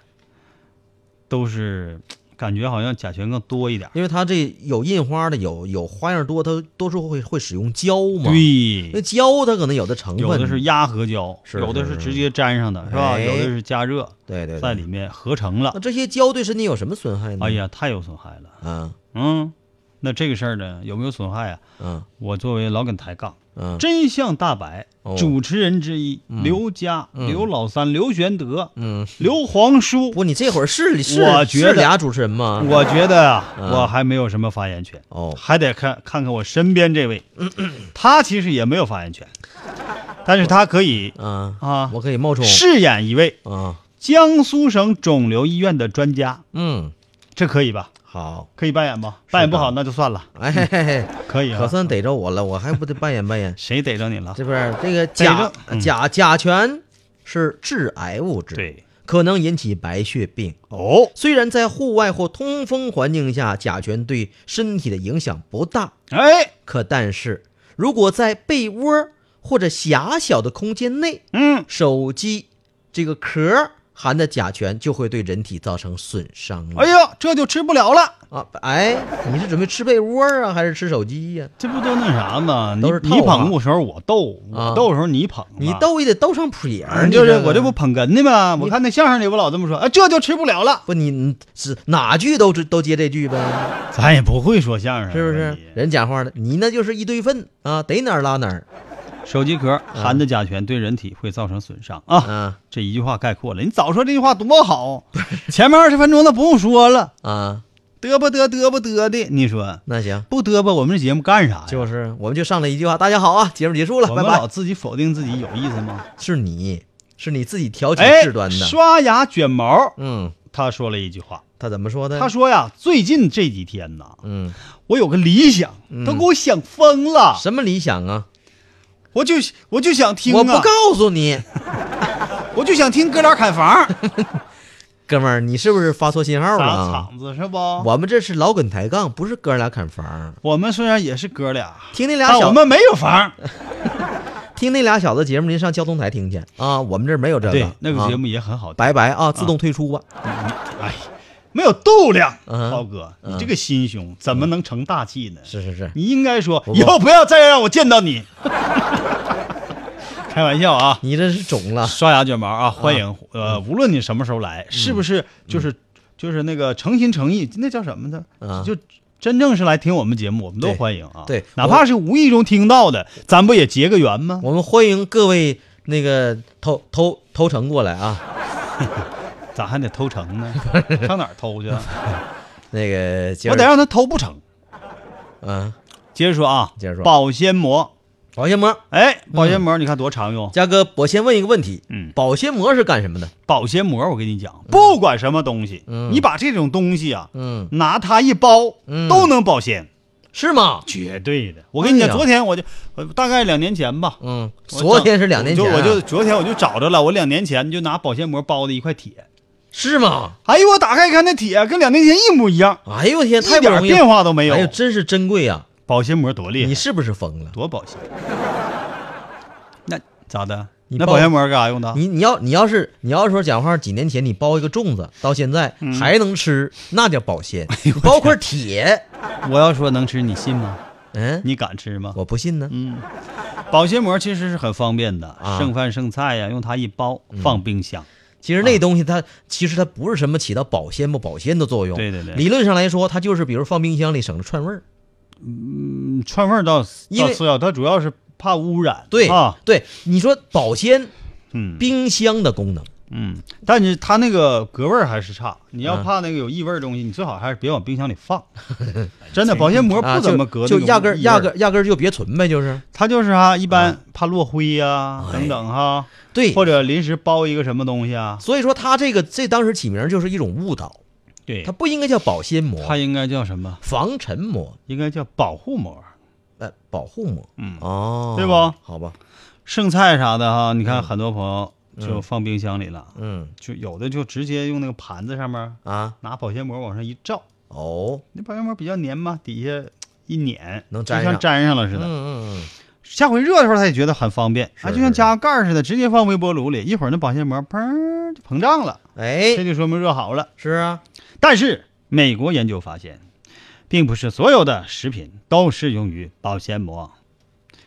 S2: 都是感觉好像甲醛更多一点儿。
S3: 因为它这有印花的，有有花样多，它都是会会使用胶嘛。，
S2: 对
S3: 那，胶它可能有的成分，
S2: 有的是压合胶，
S3: 是
S2: 有的
S3: 是
S2: 是
S3: 是
S2: 直接粘上的，是吧？
S3: 哎
S2: 有的是加热
S3: 对对对嗯
S2: 在里。面合成了
S3: 那。这些胶对身体有什么损害呢？
S2: 哎，呀，太有损害了。
S3: 嗯
S2: 嗯，那这个事儿呢，有没有损害啊？
S3: 嗯
S2: 我作为老梗抬杠，
S3: 嗯，
S2: 真相大白，
S3: 哦
S2: 主持人之一刘佳、
S3: 嗯
S2: 刘老三、刘玄德、
S3: 嗯，
S2: 刘皇叔，
S3: 不，你这会儿是是
S2: 我觉得
S3: 是俩主持人吗？
S2: 我觉得啊，
S3: 嗯
S2: 我还没有什么发言权，
S3: 哦，嗯
S2: 还得看看看我身边这位，他其实也没有发言权，但是他可以
S3: 嗯
S2: 啊
S3: 我可以冒充
S2: 饰演一位
S3: 啊，
S2: 江苏省肿瘤医院的专家，
S3: 嗯，
S2: 这可以吧？
S3: 好，
S2: 可以扮演吧？扮演不好那就算了，
S3: 哎嘿嘿嘿，
S2: 可以啊？
S3: 可。算逮着我了，我还不得扮演扮演
S2: 谁逮着你了？
S3: 这不是这个
S2: 逮
S3: 甲
S2: 着嗯
S3: 甲甲醛是致癌物质，，
S2: 对，
S3: 可能引起白血病。
S2: 哦，
S3: 虽然在户外或通风环境下，甲醛对身体的影响不大，
S2: 哎，
S3: 可但是如果在被窝或者狭小的空间内，
S2: 嗯，
S3: 手机这个壳含的甲醛就会对人体造成损伤。
S2: 哎呦，这就吃不了了，
S3: 啊，哎，你是准备吃被窝啊，还是吃手机呀、
S2: 这不都那啥吗？你
S3: 都是套
S2: 你
S3: 话
S2: 捧我时候我逗，我
S3: 啊
S2: 逗的时候你捧吧，
S3: 你逗也得逗上谱儿，啊
S2: 嗯，就是
S3: 个
S2: 我这不捧哏的吗？我看那相声里不老这么说，啊，这就吃不了了。
S3: 不你你是哪句都知都接这句呗，
S2: 咱也不会说相声，
S3: 是不
S2: 我
S3: 是
S2: 问你？
S3: 人讲话呢，你那就是一堆粪啊，逮哪儿拉哪 儿
S2: 手机壳含的甲醛对人体会造成损伤啊！
S3: 啊
S2: 这一句话概括了，你早说这句话多 好，前面二十分钟那不用说了，
S3: 啊，
S2: 嘚吧嘚嘚吧嘚的，你说
S3: 那行，
S2: 不嘚吧，我们这节目干啥呀？
S3: 就是我们就上来一句话，大家好啊，节目结束了，
S2: 我
S3: 拜
S2: 们老
S3: 拜。
S2: 自己否定自己有意思吗？
S3: 是你是你自己挑起
S2: 哎
S3: 事端，的，
S2: 刷牙卷毛，
S3: 嗯，
S2: 他说了一句话，
S3: 他怎么说的？
S2: 他说呀，最近这几天呐，
S3: 嗯，
S2: 我有个理想，都给我想疯了，
S3: 什么理想啊？
S2: 我就我就想听啊，
S3: 我不告诉 你，
S2: 我就想听哥俩砍房，
S3: 哥们儿，你是不是发错信号了
S2: 砸
S3: 啊？
S2: 场子是不？
S3: 我们这是老梗抬杠，不是哥俩砍房。
S2: 我们虽然也是哥俩，
S3: 听那俩
S2: 但
S3: 小
S2: 我们没有房。
S3: 听那俩小子节目，您上交通台听去啊，我们这儿没有这个。
S2: 对，那个节目
S3: 啊、
S2: 也很好听，
S3: 拜拜啊，自动退出吧。
S2: 哎，没有度量。
S3: 嗯
S2: 涛哥，你
S3: 嗯
S2: 这个心胸怎么能成大器呢？
S3: 是是是，
S2: 你应该说
S3: 不
S2: 以后不要再让我见 到你。开玩笑啊，
S3: 你这是肿 了。
S2: 刷牙卷毛啊，欢迎呃，
S3: 嗯
S2: 无论你什么时候来，是不是就是就是那个诚心诚意，那叫什么呢
S3: 啊？
S2: 就真正是来听我们节目，我们都
S3: 对
S2: 欢迎啊。
S3: 对
S2: 哪怕是无意中听到的，咱不也结个缘吗？
S3: 我们欢迎各位那个投投投诚过来啊，
S2: 咋还得偷 成呢？上哪儿偷去啊？
S3: 那个接着
S2: 我得让他偷不成。
S3: 嗯，
S2: 接着说啊，
S3: 接着说嗯
S2: 保鲜膜，
S3: 保鲜膜。
S2: 哎，保鲜膜你看多常用。
S3: 嘉哥，我先问一个问题，
S2: 嗯
S3: 保鲜膜是干什么的？
S2: 保鲜膜，我跟你讲，不管什么东西，
S3: 嗯
S2: 你把这种东西啊，
S3: 嗯，
S2: 拿它一包，
S3: 嗯
S2: 都能保鲜，
S3: 是吗？
S2: 绝对的。我跟你讲，
S3: 哎呀
S2: 昨天我就，呃大概两年前吧，
S3: 嗯，
S2: 我
S3: 昨
S2: 找
S3: 天是两年前啊、
S2: 我就我就昨天我就找着了，我两年前就拿保鲜膜包的一块铁，
S3: 是吗？
S2: 哎呦，我打开一看，那铁跟两年前一模一样，
S3: 哎呦我天，太
S2: 一
S3: 不
S2: 点
S3: 容易了，
S2: 变化都没有
S3: 哎。呦，真是珍贵啊！
S2: 保鲜膜多厉害！
S3: 你是不是疯了？
S2: 多保鲜。 那咋的？
S3: 你
S2: 那
S3: 包
S2: 保鲜膜干啥用的？
S3: 你你要你要是你要说讲话，几年前你包一个粽子，到现在
S2: 嗯
S3: 还能吃，那叫保鲜。
S2: 哎
S3: 包块铁，
S2: 我要说能吃，你信吗？
S3: 嗯，
S2: 你嗯敢吃吗？
S3: 我不信呢。
S2: 保鲜膜其实是很方便的，
S3: 啊
S2: 剩饭剩菜呀、用它一包，放冰箱。
S3: 其
S2: 啊
S3: 实那东西它其实它不是什么起到保鲜不保鲜的作用。
S2: 对对对
S3: 理论上来说，它就是比如放冰箱里省着串味儿。
S2: 嗯，串味儿倒
S3: 因
S2: 倒
S3: 为
S2: 次要，它主要是怕污染。
S3: 对
S2: 啊，
S3: 对，你说保鲜
S2: 嗯
S3: 冰箱的功能，
S2: 嗯，但是它那个隔味儿还是差。你要
S3: 啊
S2: 怕那个有异味儿的东西，你最好还是别往冰箱里 放。真的，保鲜膜
S3: 啊
S2: 不怎么隔那
S3: 就
S2: 种
S3: 就压根儿
S2: 异味
S3: 压根儿压根儿就别存呗，就是
S2: 它就是哈、一般怕落灰呀、等等哈、
S3: 对。
S2: 或者临时包一个什么东西啊？
S3: 所以说它这个这当时起名就是一种误导，
S2: 对
S3: 它不应该叫保鲜膜，
S2: 它哎应该叫什么？
S3: 防尘膜，
S2: 应该叫保护膜。
S3: 呃，保护膜。
S2: 嗯，
S3: 哦，
S2: 对不
S3: 好吧，
S2: 剩菜啥的哈，你看很多朋友就放冰箱里了，
S3: 嗯
S2: 就有的就直接用那个盘子上面
S3: 啊，
S2: 拿保鲜膜往上一罩，
S3: 哦，
S2: 那保鲜膜比较粘嘛，底下一碾
S3: 能
S2: 就
S3: 粘
S2: 像
S3: 上
S2: 粘上了似
S3: 嗯
S2: 的。
S3: 嗯嗯，
S2: 下回热的时候他也觉得很方便，啊，
S3: 是
S2: 就像
S3: 是
S2: 加个盖儿似的，直接放微波炉里，一会儿那保鲜膜砰就膨胀了，这
S3: 哎，
S2: 就说明热好了。
S3: 是啊，
S2: 但是美国研究发现，并不是所有的食品都适用于保鲜膜。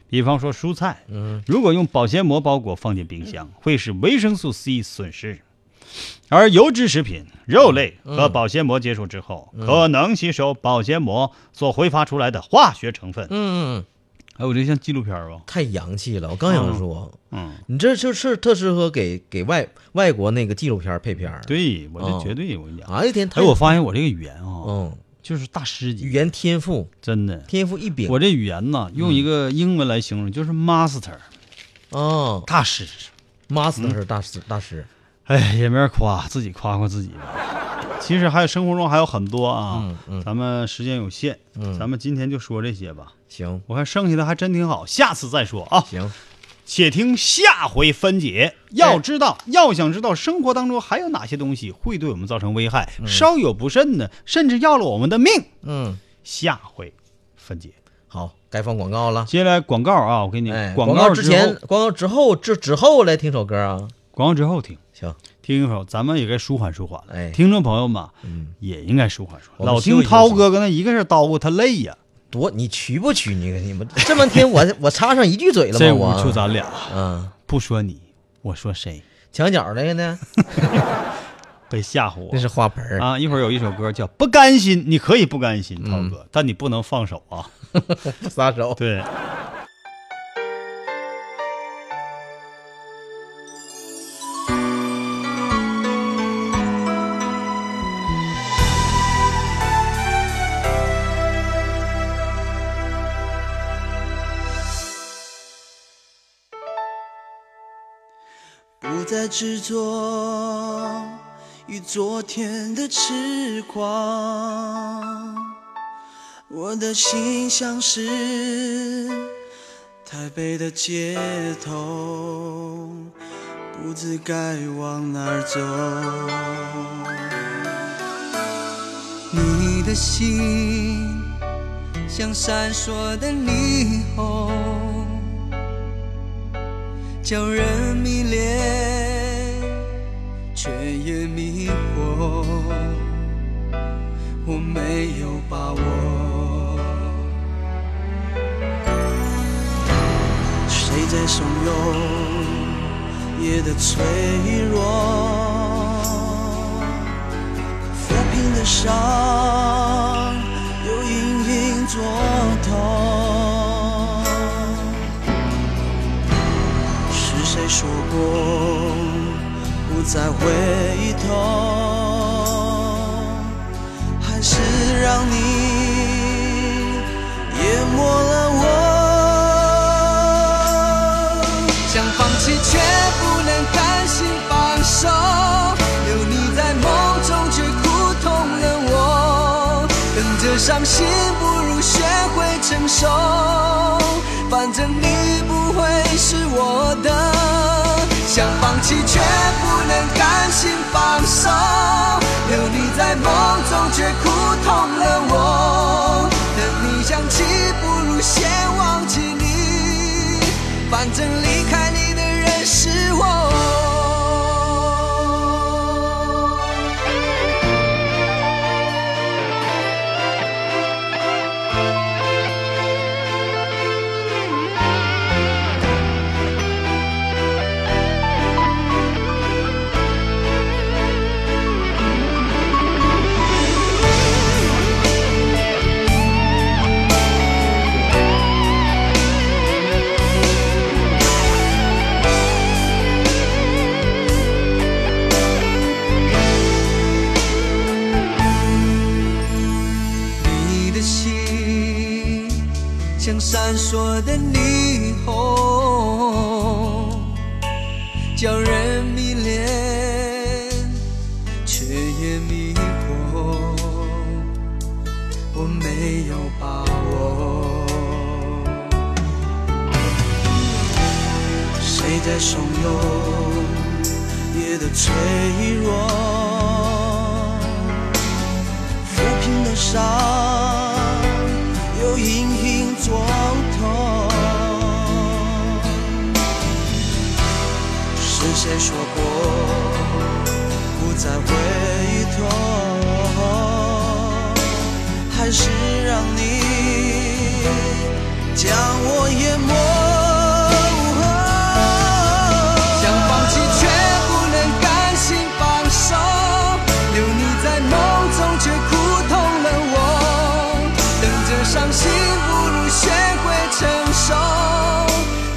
S2: 比方说蔬菜，
S3: 嗯，
S2: 如果用保鲜膜包裹放进冰箱，会使维生素 C 损失；而油脂食品、肉类
S3: 嗯
S2: 和保鲜膜接触之后，可能吸收保鲜膜所挥发出来的化学成分。
S3: 嗯嗯，嗯
S2: 哎，我这像纪录片儿吧？
S3: 太洋气了，我刚想说，
S2: 嗯，
S3: 你这就是特适合给给外外国那个纪录片儿配片儿，，
S2: 对，我这
S3: 哦
S2: 绝对，我跟你讲。
S3: 哎呀天，太
S2: 哎，我发现我这个语言啊，
S3: 嗯，
S2: 就是大师
S3: 语
S2: 级，
S3: 言天赋
S2: 真的。
S3: 天赋异禀，
S2: 我这语言呢，用一个英文来形容，就是 master
S3: 哦
S2: 大师。嗯
S3: ，master 是大师大师，
S2: 哎，也没人夸，自己夸夸自己吧。 其实还有生活中还有很多啊，
S3: 嗯嗯
S2: 咱们时间有限，
S3: 嗯
S2: 咱们今天就说这些吧。
S3: 行
S2: 我看剩下的还真挺好，下次再说啊，
S3: 行，
S2: 且听下回分解。
S3: 哎
S2: 要知道，要想知道生活当中还有哪些东西会对我们造成危害，稍有不慎呢，甚至要了我们的命。
S3: 嗯，
S2: 下回分解。
S3: 好，该放广告了。
S2: 接下来广告啊，我给你、
S3: 哎，
S2: 广
S3: 告
S2: 告
S3: 之
S2: 之
S3: 前
S2: 后，
S3: 广告之后，这之后来听首歌啊。
S2: 广告之后听。
S3: 行，
S2: 听一会儿，咱们也该舒缓舒缓了。
S3: 哎
S2: 听众朋友们
S3: 嗯，
S2: 也应该舒缓舒
S3: 我
S2: 缓。
S3: 们
S2: 老
S3: 休
S2: 听
S3: 息
S2: 涛
S3: 休息
S2: 哥跟他一个事叨咕，他累呀。
S3: 多你娶不娶你？你们这半天我我插上一句嘴了
S2: 这
S3: 吗？
S2: 屋就
S3: 我啊
S2: 咱俩，
S3: 嗯，
S2: 不说你，我说谁？
S3: 墙角那个呢？
S2: 被吓唬我。
S3: 那是花盆儿。
S2: 啊，一会儿有一首歌叫《不甘心》，你可以不甘心，涛哥，
S3: 嗯
S2: 但你不能放手啊。
S3: 撒手。
S2: 对，
S5: 不再执着于昨天的痴狂，我的心像是台北的街头，不知该往哪儿走。你的心像闪烁的霓虹。叫人迷恋，却也迷惑。我没有把握，谁在怂恿夜的脆弱？抚平的伤，又隐隐作痛。是谁说过不再回头？还是让你淹没了我？想放弃却不能甘心放手，留你在梦中却苦痛了我。等着伤心，不如学会承受。反正你不会是我的，想放弃却不能甘心放手，留你在梦中却苦痛了我。等你想起，不如先忘记你，反正离开你的人是我。你的心像闪烁的霓虹，叫人迷恋，却也迷惑。我没有把握，谁在怂恿夜的脆弱？抚平的伤，又隐隐作痛。是谁说过不再回头？还是让你将我淹没？想放弃却不能甘心放手，留你在梦中却苦痛了我。等着伤心，不如学会承受。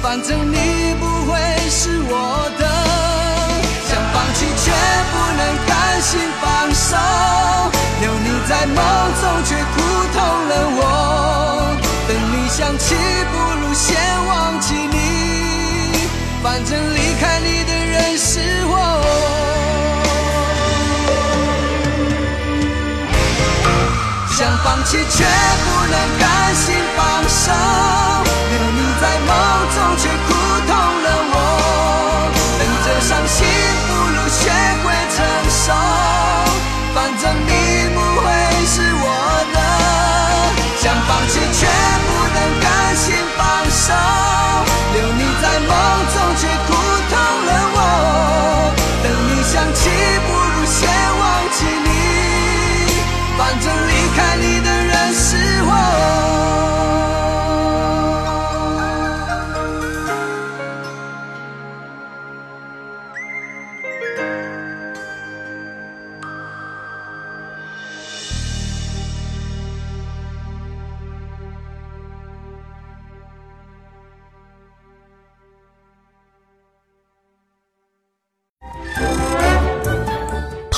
S5: 反正你不会是我的，想放弃却不能甘心放手，留你在梦中却苦痛了我。等你想起，不如先忘记你，反正离开你的人是我。想放弃却不能甘心放手，留你在梦中却苦痛了我。等着伤心，不如学会承受，反正你不会是我的。想放弃却不能甘心放手，留你在梦中却苦痛了我。等你想起，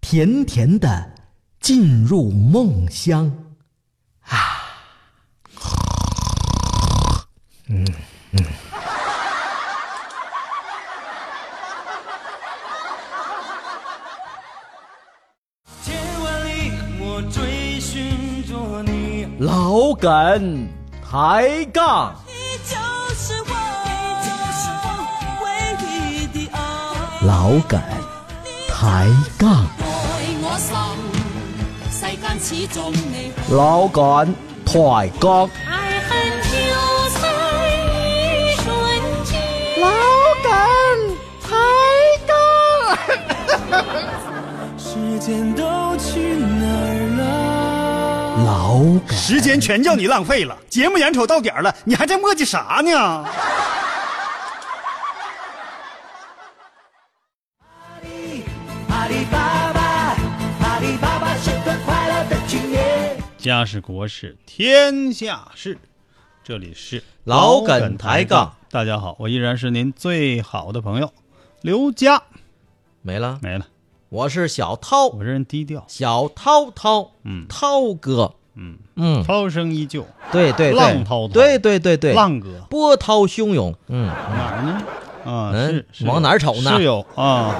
S6: 甜甜的进入梦乡。
S5: 千万里我追寻着你，
S3: 老梗抬杠。
S5: 你就是我，你就是我唯一的爱。
S6: 老梗抬杠，
S4: 愛我心，世間始終你。
S3: 老梗抬杠。
S4: 愛恨就在一瞬間。
S7: 老梗抬杠。
S5: 时间都去哪儿了？
S6: 老梗
S2: 时间全叫你浪费了，节目眼瞅到点儿了，你还在磨叽啥呢？
S1: 阿里巴巴，阿里巴巴是个快乐的青年。
S2: 家事国事天下事，这里是
S3: 老梗抬杠。
S2: 大家好，我依然是您最好的朋友刘佳，
S3: 没了，
S2: 没了。
S3: 我是小涛，
S2: 我这人低调，
S3: 小涛涛，
S2: 嗯
S3: 涛哥，
S2: 嗯，
S3: 嗯，
S2: 涛声依旧。
S3: 对对对，
S2: 浪涛涛
S3: 对对对对，
S2: 浪哥
S3: 波涛汹涌，嗯，
S2: 哪儿呢？啊，
S3: 嗯
S2: 是是
S3: 往哪儿瞅呢
S2: 是有啊。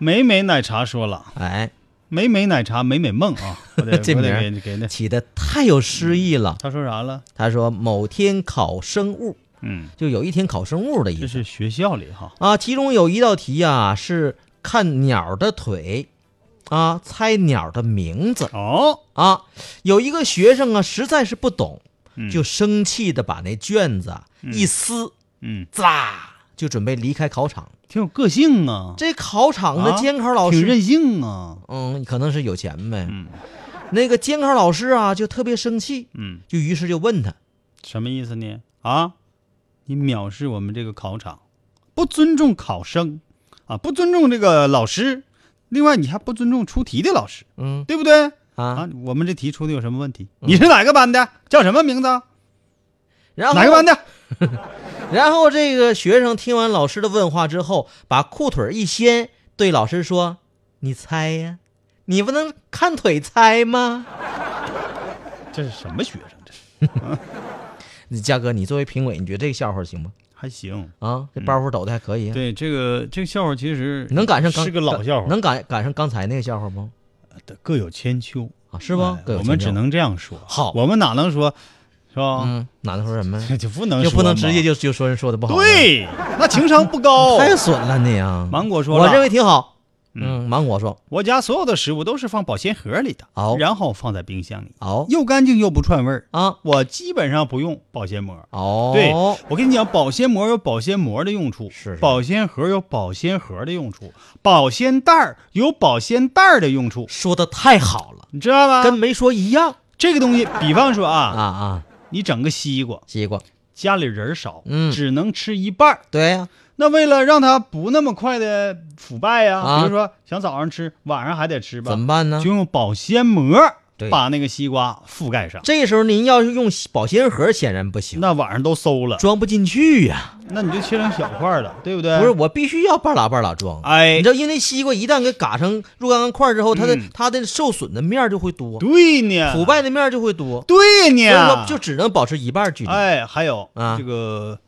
S2: 美美奶茶说了，
S3: 哎，
S2: 美美奶茶美美梦啊，我 得
S3: 这
S2: 我
S3: 名
S2: 得
S3: 儿
S2: 给给那
S3: 起的太有诗意了。
S2: 他说啥了？
S3: 他说某天考生物，
S2: 嗯，
S3: 就有一天考生物的意
S2: 这
S3: 思
S2: 是学校里哈，
S3: 啊。其中有一道题啊是看鸟的腿，啊，猜鸟的名字
S2: 哦，
S3: 啊。有一个学生啊实在是不懂，
S2: 嗯
S3: 就生气的把那卷子啊一撕，
S2: 嗯，
S3: 滋啦就准备离开考场。
S2: 挺有个性啊，
S3: 这考场的监考老
S2: 挺
S3: 师，
S2: 任性啊，
S3: 嗯，可能是有钱呗。
S2: 嗯
S3: 那个监考老师啊，就特别生气，
S2: 嗯，
S3: 就于是就问他，
S2: 什么意思呢？啊，你藐视我们这个考场，不尊重考生，啊，不尊重这个老师，另外你还不尊重出题的老师，
S3: 嗯
S2: 对不对？
S3: 啊，嗯
S2: 啊，我们这题出的有什么问题？你是哪个班的？叫什么名字？
S3: 然后
S2: 哪个班的？
S3: 然后这个学生听完老师的问话之后，把裤腿一掀，对老师说：“你猜呀、你不能看腿猜吗
S2: 这是什么学生？这是？”
S3: 你嘉哥，你作为评委，你觉得这个笑话行吗？
S2: 还行。
S3: 啊，这包袱抖的还可以、啊。
S2: 对这个这个笑话，其实
S3: 能赶上刚
S2: 是个老笑话，
S3: 能赶赶上刚才那个笑话吗？
S2: 各有千秋，
S3: 啊，是吗
S2: 哎？
S3: 各有
S2: 我
S3: 千
S2: 们
S3: 秋
S2: 只能这样说。
S3: 好
S2: 我们哪能说，是吧？
S3: 嗯，哪能说什 么？啊
S2: 就不能
S3: 就不能
S2: 说嘛
S3: 直接就就说人说的不好吗，
S2: 对，那情商不 高。
S3: 太损了你啊！
S2: 哦芒果说了，
S3: 我认为挺好。嗯，芒果说
S2: 我家所有的食物都是放保鲜盒里的，
S3: 哦
S2: 然后放在冰箱里，
S3: 哦
S2: 又干净又不串味儿。
S3: 啊
S2: 我基本上不用保鲜膜。
S3: 哦，
S2: 对，我跟你讲，保鲜膜有保鲜膜的用处，
S3: 是是
S2: 保鲜盒有保鲜盒的用处，保鲜袋儿有保鲜袋儿的用处，
S3: 说的太好了，
S2: 你知道吧？
S3: 跟没说一样
S2: 这个东西，比方说
S3: 啊
S2: 啊，
S3: 啊！
S2: 你整个西瓜，
S3: 西瓜，
S2: 家里人少，
S3: 嗯
S2: 只能吃一半儿。
S3: 对呀，
S2: 那为了让它不那么快的腐败呀、
S3: 啊
S2: 比如说想早上吃，晚上还得吃吧，
S3: 怎么办呢
S2: 就？用保鲜膜
S3: 对
S2: 把那个西瓜覆盖上。
S3: 这时候您要是用保鲜盒，显然不行，
S2: 那晚上都馊了，
S3: 装不进去呀。
S2: 那你就切成小块儿了，对不对？
S3: 不是，，我必须要半拉半拉装。
S2: 嗯哎
S3: 你知道，因为西瓜一旦给嘎成若干块儿之后，它的
S2: 嗯
S3: 它的受损的面儿就会多，
S2: 对呢，
S3: 腐，败的面儿就会多，
S2: 对
S3: 所以
S2: 呢，
S3: 说就只能保持一半儿距离。
S2: 哎，还有、
S3: 啊
S2: 这个，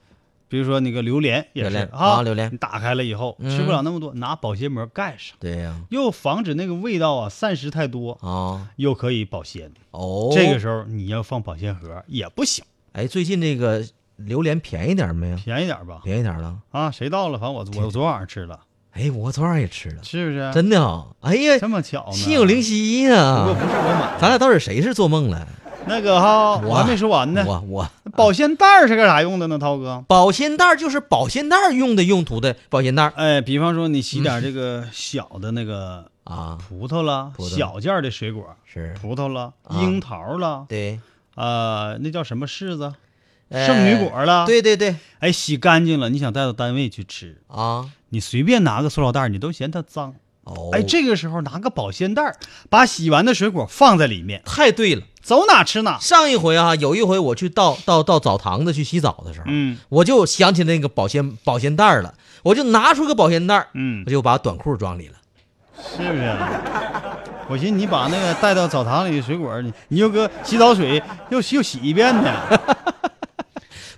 S2: 比如说那个榴莲也
S3: 榴
S2: 是
S3: 莲
S2: 啊，
S3: 啊榴莲嗯
S2: 你打开了以后、吃不了那么多，拿保鲜膜盖上，
S3: 对呀，
S2: 又防止那个味道啊散失太多，
S3: 啊
S2: 又可以保鲜。
S3: 哦，
S2: 这个时候你要放保鲜盒也不行，
S3: 哎，最近这个榴莲便宜点儿没有？
S2: 便宜点吧。
S3: 便宜点儿了。
S2: 啊，谁到了？反正我我昨晚上吃了，
S3: 哎，我昨晚也吃了，
S2: 是不是？
S3: 真的啊！哎呀，
S2: 这么巧呢？
S3: 心有灵犀啊呀、
S2: 不过不是我买的
S3: 咱俩到底谁是做梦了？
S2: 那个哈，
S3: 我
S2: 我还没说完嗯呢。
S3: 我我
S2: 保鲜袋儿是干啥用的呢？涛哥，
S3: 保鲜袋儿就是保鲜袋儿用的用途的保鲜袋儿嗯
S2: 哎，比方说你洗点这个小的那个
S3: 啊，
S2: 葡萄了，
S3: 葡萄
S2: 小件儿的水果，
S3: 是
S2: 葡萄了，
S3: 啊
S2: 樱桃了，
S3: 对，
S2: 呃，那叫什么柿子，
S3: 呃
S2: 圣女果了，
S3: 对，对对
S2: 哎，洗干净了，你想带到单位去吃，
S3: 啊，
S2: 你随便拿个塑料袋儿，你都嫌它脏。
S3: 哦，
S2: 哎，这个时候拿个保鲜袋儿，把洗完的水果放在里面，
S3: 太对了。
S2: 走哪吃哪。
S3: 上一回啊，有一回我去到到到澡堂子去洗澡的时候，
S2: 嗯
S3: 我就想起那个保鲜保鲜袋儿了，我就拿出个保鲜袋儿，
S2: 嗯
S3: 我，就把短裤装里了。
S2: 是不是？ 我寻思你把那个带到澡堂里的水果儿，你你又搁洗澡水又又洗一遍 呢，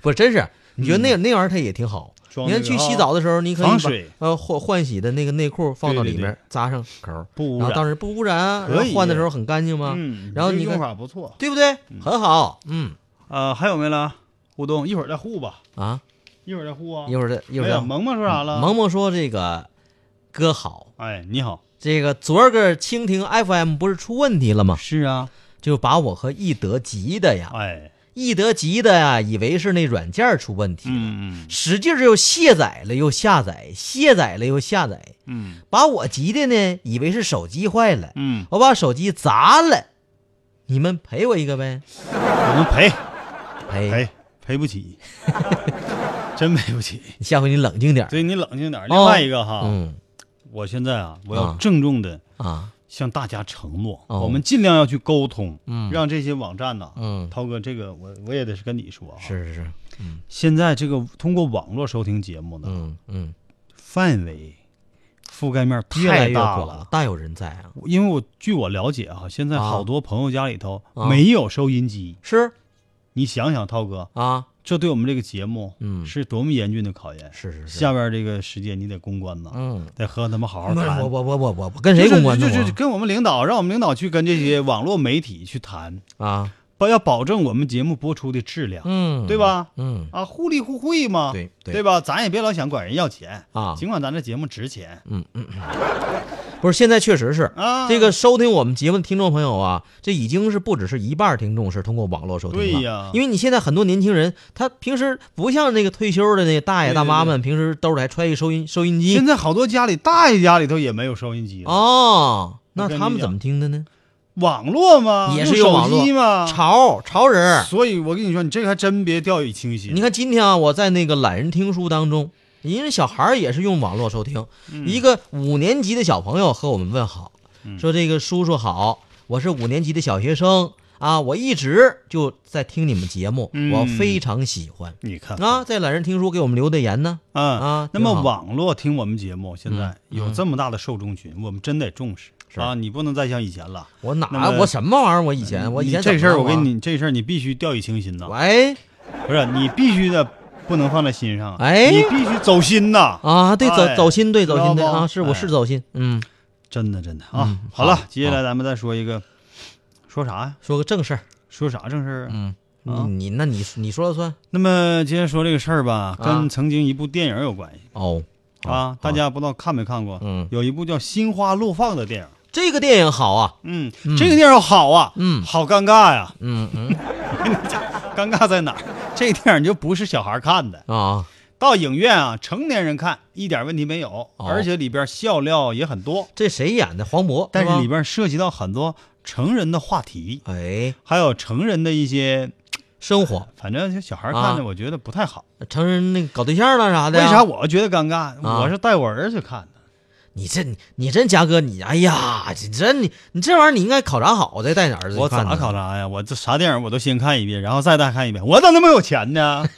S3: 不是，真是，你觉得那、那玩意儿它也挺好。
S2: 嗯装
S3: 你看
S2: 那个
S3: 去
S2: 啊
S3: 洗澡的时候，你可以
S2: 防
S3: 把
S2: 水
S3: 呃换换洗的那个内裤放到
S2: 对
S3: 里
S2: 对
S3: 面，扎上口儿，
S2: 不污
S3: 然后
S2: 染
S3: 当时不污染啊，
S2: 可
S3: 然后
S2: 以
S3: 换的时候很干净吗？
S2: 嗯，
S3: 啊然后
S2: 这
S3: 你
S2: 用
S3: 看
S2: 法不错。
S3: 对不对？很好，嗯
S2: 呃，还有没了？互动一会儿再互吧，
S3: 啊，
S2: 一会儿再互啊。
S3: 一会儿再一会
S2: 哎
S3: 儿
S2: 呀
S3: 再
S2: 萌萌说啥了？
S3: 萌萌说这个歌好，
S2: 哎，你好。
S3: 这个昨儿个蜻蜓 FM 不是出问题了吗？
S2: 是啊，
S3: 就把我和易德急的呀，
S2: 哎，
S3: 易德急的呀，以为是那软件儿出问题了，
S2: 嗯嗯
S3: 使劲儿又卸载了又下载，卸载了又下载，
S2: 嗯
S3: 把我急的呢，以为是手机坏了，
S2: 嗯，
S3: 我把手机砸了，你们赔我一个呗？哎
S2: 我们赔
S3: 赔，
S2: 赔赔不 起，真赔不起。
S3: 你下回你冷静点儿。
S2: 所以你冷静点儿。
S3: 哦
S2: 另外一个哈，
S3: 嗯
S2: 我现在啊，我要
S3: 啊
S2: 郑重的
S3: 啊，
S2: 向大家承诺，
S3: 哦
S2: 我们尽量要去沟通，
S3: 嗯
S2: 让这些网站呐，
S3: 嗯
S2: 涛哥，这个我我也得是跟你说啊，
S3: 是是是，
S2: 现在这个通过网络收听节目呢，
S3: 嗯嗯，
S2: 范围覆盖面
S3: 越来越
S2: 大
S3: 广了，大有人在啊。
S2: 因为我据我了解啊，现在
S3: 啊
S2: 好多朋友家里头
S3: 啊
S2: 没有收音机，
S3: 是
S2: 你想想，涛哥，
S3: 啊，
S2: 这对我们这个节目，
S3: 嗯
S2: 是多么严峻的考验。
S3: 是是是，
S2: 下边这个时间你得公关呐，
S3: 嗯，
S2: 得和他们好好
S3: 不是
S2: 谈
S3: 我。我我我我我跟谁公关呢
S2: 就？是就
S3: 我
S2: 就就跟我们领导，让我们领导去跟这些网络媒体去谈，
S3: 啊，
S2: 不要保证我们节目播出的质量，
S3: 嗯，
S2: 对？吧？
S3: 嗯
S2: 啊，互利互惠嘛，
S3: 对对
S2: 对吧？咱也别老想管人要钱
S3: 啊嗯
S2: 尽管咱这节目值钱，
S3: 不是，现在确实是
S2: 啊
S3: 这个收听我们节目的听众朋友啊，这已经是不只是一半儿听众是通过网络收听了。
S2: 对呀
S3: 因为你现在很多年轻人，他平时不像那个退休的那大爷大妈们，平时兜里还揣一收音收音机
S2: 现。在好多家里大爷家里头也没有收音机了，
S3: 哦，那
S2: 我跟
S3: 他
S2: 你
S3: 们怎么听的呢？
S2: 网络嘛，
S3: 也是有
S2: 用
S3: 网
S2: 手机
S3: 络
S2: 嘛，
S3: 潮潮人儿。
S2: 所以我跟你说，你这个还真别掉以轻心。
S3: 你看今天啊，我在那个懒人听书当中，因为小孩儿也是用网络收听，
S2: 嗯
S3: 一个五年级的小朋友和我们问好，说这个叔叔好，我是五年级的小学生啊，我一直就在听你们节目，
S2: 嗯
S3: 我非常喜欢
S2: 你看
S3: 啊，在懒人听书给我们留的言呢，
S2: 嗯
S3: 啊
S2: 那么
S3: 挺好
S2: 网络听我们节目，现在
S3: 嗯
S2: 有这么大的受众群，我们真得重视啊！你不能再像以前了。
S3: 我哪
S2: 那么嗯
S3: 我什么玩意儿？我以前我以
S2: 你
S3: 前
S2: 这事儿，我跟
S3: 跟，
S2: 你这事儿，你必须掉以轻心呐，
S3: 啊喂
S2: 不是你必须的，不能放在心上。啊
S3: 哎
S2: 你必须走心呐！
S3: 啊，对走
S2: 哎
S3: 走心，对
S2: 知道
S3: 走心，对
S2: 不
S3: 啊，是我
S2: 哎
S3: 是走心，嗯，
S2: 真的真的啊！
S3: 好
S2: 好了，接下来咱们再说一个，说啥呀？
S3: 说个正事儿，
S2: 说啥正事儿啊？
S3: 嗯，
S2: 啊
S3: 你你那你你说了算
S2: 那么接着说这个事儿吧，
S3: 啊
S2: 跟曾经一部电影有关系
S3: 哦，
S2: 啊，大家不知道看没看过？
S3: 嗯
S2: 有一部叫《心花怒放》的电影。
S3: 这个电影好啊，
S2: 嗯，这个电影好啊，
S3: 嗯
S2: 好尴尬呀，
S3: 嗯嗯
S2: 尴尬在哪儿？这个电影就不是小孩看的，
S3: 啊，
S2: 到影院啊，成年人看一点问题没有，
S3: 哦
S2: 而且里边笑料也很多，
S3: 这谁演的？黄渤，
S2: 但是
S3: 吧
S2: 里边涉及到很多成人的话题，
S3: 哎，
S2: 还有成人的一些，
S3: 生活
S2: 反正就小孩看
S3: 啊
S2: 着我觉得不太好。
S3: 成人那个搞对象了啥的
S2: 为
S3: 呀，
S2: 啥我觉得尴尬？
S3: 啊
S2: 我是带我儿子去看的，
S3: 你这你你真嘉哥，你哎呀，你这你你这玩意儿你应该考察好再带你儿子去
S2: 我
S3: 看
S2: 咋
S3: 呢
S2: 考察呀？我这啥电影我都先看一遍，然后再再看一遍。我咋那么有钱呢？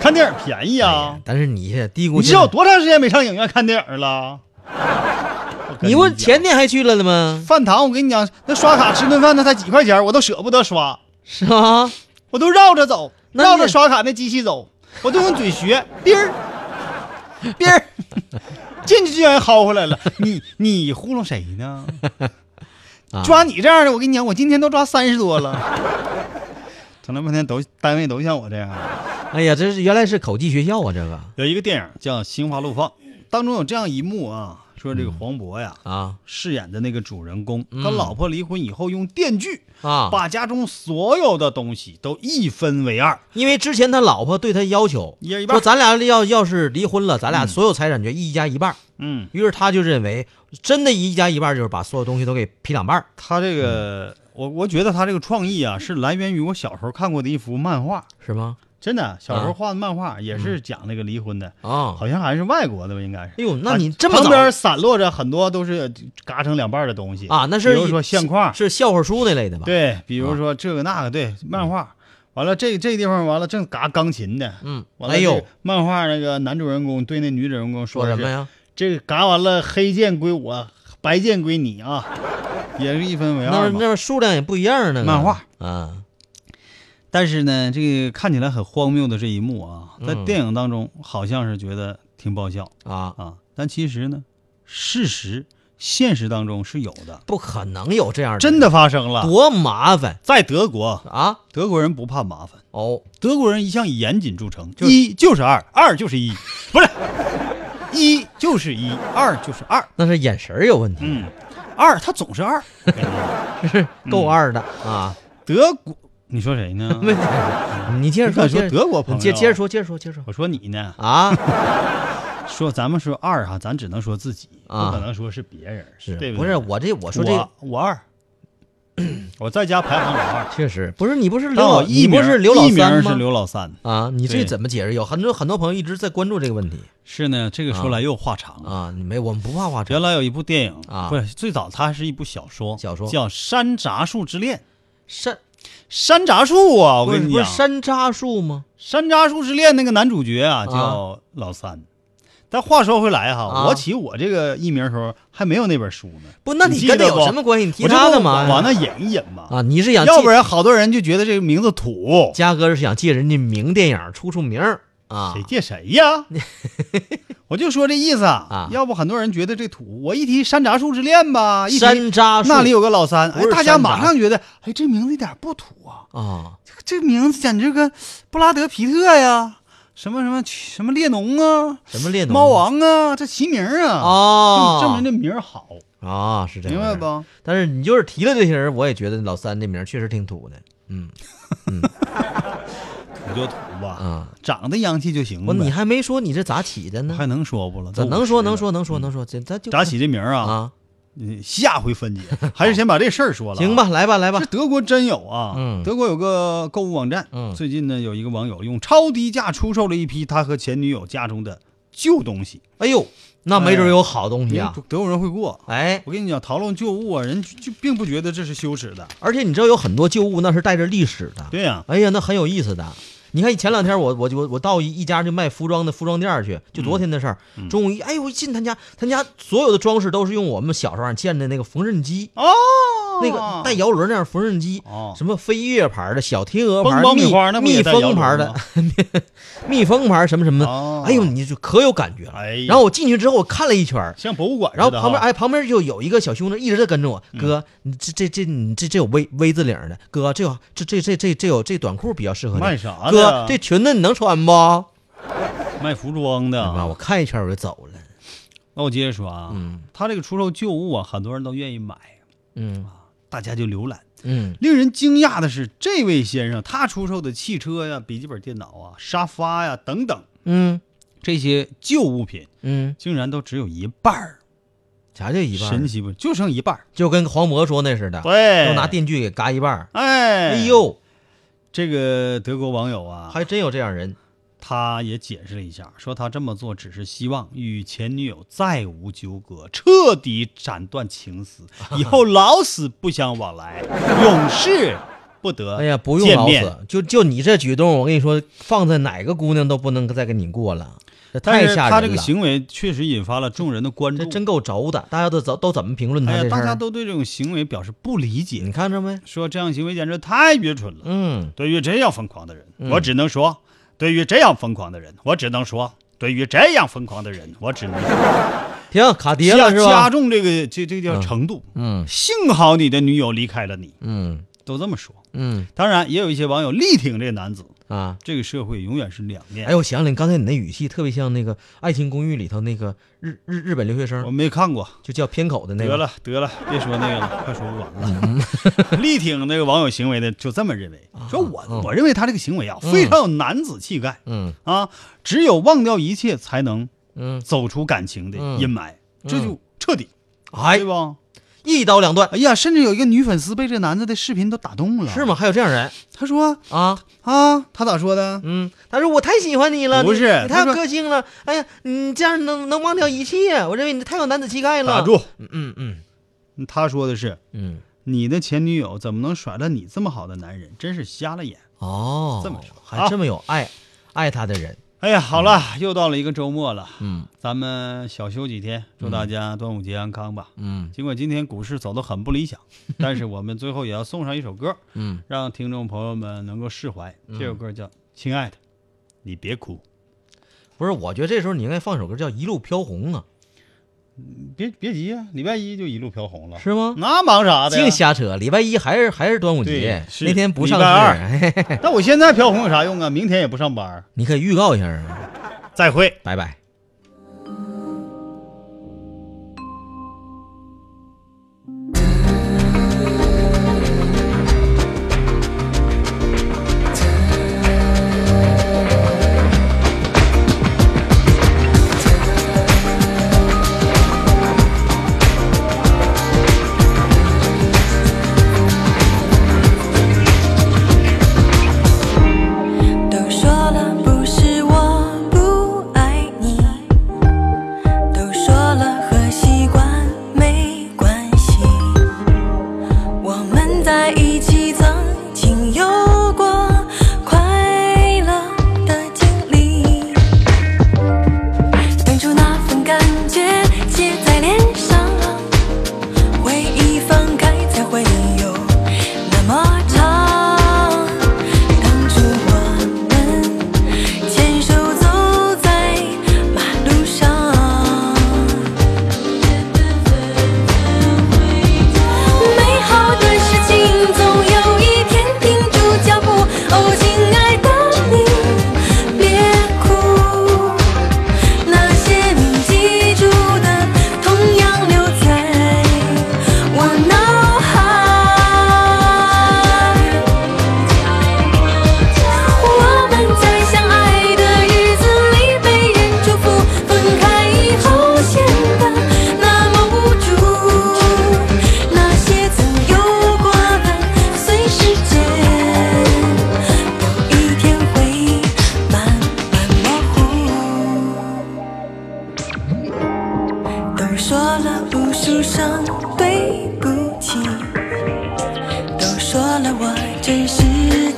S2: 看电影便宜啊！
S3: 但是你也低估
S2: 你
S3: 现
S2: 是
S3: 在
S2: 有多长时间没上影院看电影了？我
S3: 你
S2: 跟讲
S3: 不前天还去了呢吗？
S2: 饭堂，我跟你讲，那刷卡吃顿饭那才几块钱，我都舍不得刷，
S3: 是吧？
S2: 我都绕着走，
S3: 那
S2: 绕着
S3: 你
S2: 刷卡那机器走，我都用 嘴学，滴儿，滴儿，进去居然薅回来了。你你糊弄谁呢？
S3: 啊
S2: 抓你这样的，我跟你讲，我今天都抓三十多了。整了半天都单位都像我这样。
S3: 哎呀，这是原来是口技学校啊，这个
S2: 有一个电影叫《心花怒放》，当中有这样一幕啊，说这个黄渤呀，
S3: 啊
S2: 饰演的那个主人公，
S3: 嗯
S2: 跟老婆离婚以后，用电锯
S3: 啊！
S2: 把家中所有的东西都一分为二。
S3: 因为之前他老婆对他要求，
S2: 一人一半
S3: 说咱俩要要是离婚了，咱俩所有财产就一家一半儿。
S2: 嗯，
S3: 于是他就认为，真的一家一半儿就是把所有东西都给劈两半儿
S2: 他这个，我我觉得他这个创意
S3: 嗯
S2: 啊，是来源于我小时候看过的一幅漫画，
S3: 是吗？
S2: 真的，小时候画的漫画也是讲那个离婚的，
S3: 啊、
S2: 好像还是外国的吧，应该是。
S3: 嗯哎呦，那你这么
S2: 啊旁
S3: 早
S2: 边散落着很多都是嘎成两半的东西
S3: 啊？那是
S2: 比如说相框，
S3: 是笑话书那类的吧？，啊嗯
S2: 对，比如说这个那个，对，漫画。完了，这这地方完了，正嘎钢琴呢。
S3: 嗯，
S2: 完了，
S3: 哎呦，，
S2: 漫画那个男主人公对那女主人公说
S3: 说
S2: 的
S3: 什
S2: 是
S3: 么呀？
S2: 这个嘎完了，黑键归我，白键归你 啊，也是一分为
S3: 那
S2: 二
S3: 那
S2: 嘛。
S3: 边数量也不一样啊那个
S2: 漫画
S3: 啊，
S2: 但是呢，这个看起来很荒谬的这一幕啊，在
S3: 嗯
S2: 电影当中好像是觉得挺爆笑
S3: 啊，
S2: 啊，但其实呢，事实现实当中是有的，
S3: 不可能有这样的，
S2: 真的发生了。
S3: 多麻烦
S2: 在德国，
S3: 啊！
S2: 德国人不怕麻烦，
S3: 哦，
S2: 德国人一向以严谨著称，
S3: 就是
S2: 一就是二，二就是一，不是，一就是一，二就是二，
S3: 那是眼神儿有问题，
S2: 嗯，二它总是二。嗯
S3: 够二的啊！
S2: 德国，你说谁呢？
S3: 没你接着说，
S2: 你敢说
S3: 接着
S2: 德国朋友
S3: 接接着说，接着说，接着 说
S2: 我说你呢？
S3: 啊！
S2: 说咱们说二哈、咱只能说自己，
S3: 啊
S2: 不可能说是别人，
S3: 是
S2: 对
S3: 不
S2: 对
S3: 是我这我
S2: 我
S3: 说这个
S2: 我二， 我在家排行老二，
S3: 确实不是你不是 刘
S2: 但
S3: 老
S2: 我一
S3: 你不
S2: 名
S3: 是刘老
S2: 一名
S3: 三
S2: 是
S3: 吗？
S2: 刘老三。
S3: 啊，你这
S2: 对
S3: 怎么解释？有很多很多朋友一直在关注这个问题
S2: 是呢，这个说来又话长了。
S3: 啊，你没我们不怕花车
S2: 原来有一部电影
S3: 啊
S2: 不是最早它是一部小说，
S3: 小说
S2: 叫《山楂树之恋》。
S3: 山，
S2: 山楂树啊，我
S3: 不是
S2: 跟你
S3: 不是
S2: 讲，
S3: 山楂树吗？
S2: 山楂树之恋那个男主角啊
S3: 啊
S2: 叫老三。但话说回来哈，
S3: 啊
S2: 我起我这个艺名的时候还没有那本书呢。
S3: 不，那
S2: 你
S3: 你
S2: 记
S3: 跟他
S2: 得
S3: 有
S2: 不
S3: 什么关系？你提
S2: 我这
S3: 他
S2: 不
S3: 干嘛呀？
S2: 往那引一引嘛。
S3: 啊，你是想
S2: 要
S3: 借
S2: 不然好多人就觉得这个名字土，
S3: 嘉哥是想借人家名电影出出名儿啊
S2: 谁借谁 呀？我就说这意思
S3: 啊
S2: 要不很多人觉得这土。我一提山楂树之恋吧，一提
S3: 山楂树
S2: 那里有个老三，哎
S3: 不，是
S2: 大家
S3: 山楂
S2: 马上觉得，哎，这名字一点不土啊。
S3: 啊，
S2: 这个这名字简直跟布拉德皮特呀，什么什么什么列侬啊，
S3: 什么列侬
S2: 猫王啊，这齐名啊，
S3: 哦，
S2: 就证明这名儿好，
S3: 啊是这样，
S2: 明白？不？
S3: 但是你就是提了这些人，我也觉得老三这名儿确实挺土的，嗯
S2: 土就土吧，
S3: 啊，
S2: 长得洋气就行
S3: 我
S2: 呗。
S3: 你还没说你这咋起的
S2: 我
S3: 呢？
S2: 还能说不了？
S3: 咱
S2: 都
S3: 能说
S2: 50了
S3: 能说能说能说，这咱就
S2: 咋起这名儿啊？
S3: 啊？
S2: 嗯下回分解，还是先把这事儿说了。啊
S3: 行。吧，来吧来吧
S2: 这，德国真有啊！
S3: 嗯
S2: 德国有个购物网站，
S3: 嗯
S2: 最近呢有一个网友用超低价出售了一批他和前女友家中的旧东西。
S3: 哎呦，那没准
S2: 哎
S3: 有好东西啊！
S2: 德国人会过，
S3: 哎，
S2: 我跟你讲，讨论旧物啊，人就就并不觉得这是羞耻的。
S3: 而且你知道有很多旧物那是带着历史的，
S2: 对呀、
S3: 哎呀，那很有意思的。你看前两天我我就我到一一家就卖服装的服装店儿去，就昨天的事儿。
S2: 嗯
S3: 中午一哎呦，我一进他家，他家所有的装饰都是用我们小时候见的那个缝纫机，
S2: 哦，
S3: 那个带摇轮那样缝纫机，
S2: 哦
S3: 什么飞跃牌的、小天鹅牌
S2: 蹦、蹦
S3: 蜜
S2: 米花那不
S3: 蜜
S2: 也带摇
S3: 蜂
S2: 轮
S3: 牌的
S2: 吗、
S3: 蜜蜂牌什么什么的。
S2: 哦
S3: 哎呦，你就可有感觉了。
S2: 哎呀
S3: 然后我进去之后，我看了一圈儿，
S2: 像博物馆
S3: 然后
S2: 似的哈。嗯
S3: 旁边哎，旁边就有一个小兄弟一直在跟着我，哥，你这这这你这这有 V V 字领的，哥，这有这这这这这有这短裤比较适合
S2: 卖
S3: 你，
S2: 啥呢啊
S3: 哥，这裙子你能穿不？
S2: 卖服装的
S3: 哎妈，
S2: 啊，
S3: 我看一圈我就走了。
S2: 那我接着说啊，
S3: 嗯
S2: 他这个出售旧物啊，很多人都愿意买，
S3: 嗯
S2: 大家就浏览。
S3: 嗯，
S2: 令人惊讶的是，这位先生他出售的汽车呀、笔记本电脑啊、沙发呀等等
S3: 嗯
S2: 这些旧物品，
S3: 嗯，
S2: 竟然都只有一半儿，
S3: 啥叫一半
S2: 神
S3: 儿？
S2: 奇不？就剩一半儿。
S3: 就跟黄渤说那似的，
S2: 对
S3: 都拿电锯给嘎一半儿。
S2: 哎，
S3: 哎，呦，
S2: 这个德国网友啊，
S3: 还真有这样人
S2: 他也解释了一下，说他这么做只是希望与前女友再无纠葛，彻底斩断 情丝，以后老死不相往来，永世不得
S3: 哎呀，不用
S2: 呃见
S3: 老
S2: 面
S3: 死，就就你这举动，我跟你说，放在哪个姑娘都不能再跟你过了，这
S2: 但
S3: 太
S2: 是
S3: 吓
S2: 他这
S3: 人
S2: 个
S3: 了。
S2: 行为确实引发了众人的关注，
S3: 这真够轴的，大家都怎都怎么评论他这
S2: 哎呀，
S3: 事
S2: 大
S3: 儿
S2: 家
S3: 啊？
S2: 都对这种行为表示不理
S3: 你
S2: 解，
S3: 看着没？
S2: 说这样行为简直太愚蠢了。
S3: 嗯，
S2: 对于这样疯狂的人，我只能说，对于这样疯狂的人，我只能说，对于这样疯狂的人，我只能说
S3: 停，卡碟
S2: 加
S3: 了是
S2: 加
S3: 吧？
S2: 重这个这这个叫程度。
S3: 嗯
S2: 幸好你的女友离开了你，
S3: 嗯
S2: 都这么说。
S3: 嗯
S2: 当然，也有一些网友力挺这男子，
S3: 啊。
S2: 这个社会永远是两面。
S3: 哎，我想起来，刚才你那语气特别像那个《爱情公寓》里头那个日日日本留学
S2: 我
S3: 生，
S2: 没看过。
S3: 就叫偏口的那个。
S2: 得，了得了，别说那个了，快说完了。 力挺那个网友行为的就这么认为，说我
S3: 嗯
S2: 我认为他这个行为啊非常有男子气概
S3: 嗯
S2: 啊，只有忘掉一切才能
S3: 嗯，
S2: 走出感情的
S3: 嗯
S2: 阴霾，这就彻底，
S3: 哎
S2: 对，吧？
S3: 一刀两断
S2: 哎呀，甚至有一个女粉丝被这男的的视频都打动了，
S3: 是？吗？还有这样人
S2: 她说
S3: 啊？
S2: 啊，她咋说的？
S3: 嗯，他说我太喜欢你了，
S2: 不
S3: 你
S2: 是
S3: 你太
S2: 他
S3: 有
S2: 说
S3: 个性了。哎呀，你这样能能忘掉一切，我认为你太有男子气概了。
S2: 打，住！
S3: 嗯嗯
S2: 她说的是
S3: 嗯，
S2: 你的前女友怎么能甩了你这么好的男人？真是瞎了眼。
S3: 哦，
S2: 这么说
S3: 还
S2: 啊
S3: 这么有爱爱他的人，
S2: 哎呀，好了，又到了一个周末了，
S3: 嗯
S2: 咱们小休几天，祝大家端午节安康吧。
S3: 嗯
S2: 尽管今天股市走得很不理 想，但是我们最后也要送上一首歌，
S3: 嗯，
S2: 让听众朋友们能够释怀。这首歌叫《亲爱的，你别哭》，
S3: 不是，我觉得这时候你应该放首歌叫《一路飘红》啊，
S2: 别别急呀、礼拜一就一路飘红了，
S3: 是吗？
S2: 那忙啥的呀
S3: 净？瞎扯！礼拜一还是还是端午节
S2: 对，是
S3: 那天不上
S2: 礼拜二
S3: 市， 嘿嘿嘿
S2: 但我现在飘红有啥用啊？明天也不上班儿。
S3: 你可以预告一下啊！
S2: 再会。
S3: 拜拜。
S8: 都说了不是我不爱你，都说了和习惯没关系。我们在一起曾经有过快乐的经历，当初那份感觉写在脸上啊。回忆翻开才会有那么长。当初我们牵手走在马路上，美好的事情总有一天停住脚步。哦，亲爱的你，别哭。那些你记住的，同样留在我脑海。我们在相爱的日子里被人祝福，分开以后显得那么无助。那些曾有过的，随时间，有一天会慢慢模糊。都说了无数声对不起，都说了我真实的哦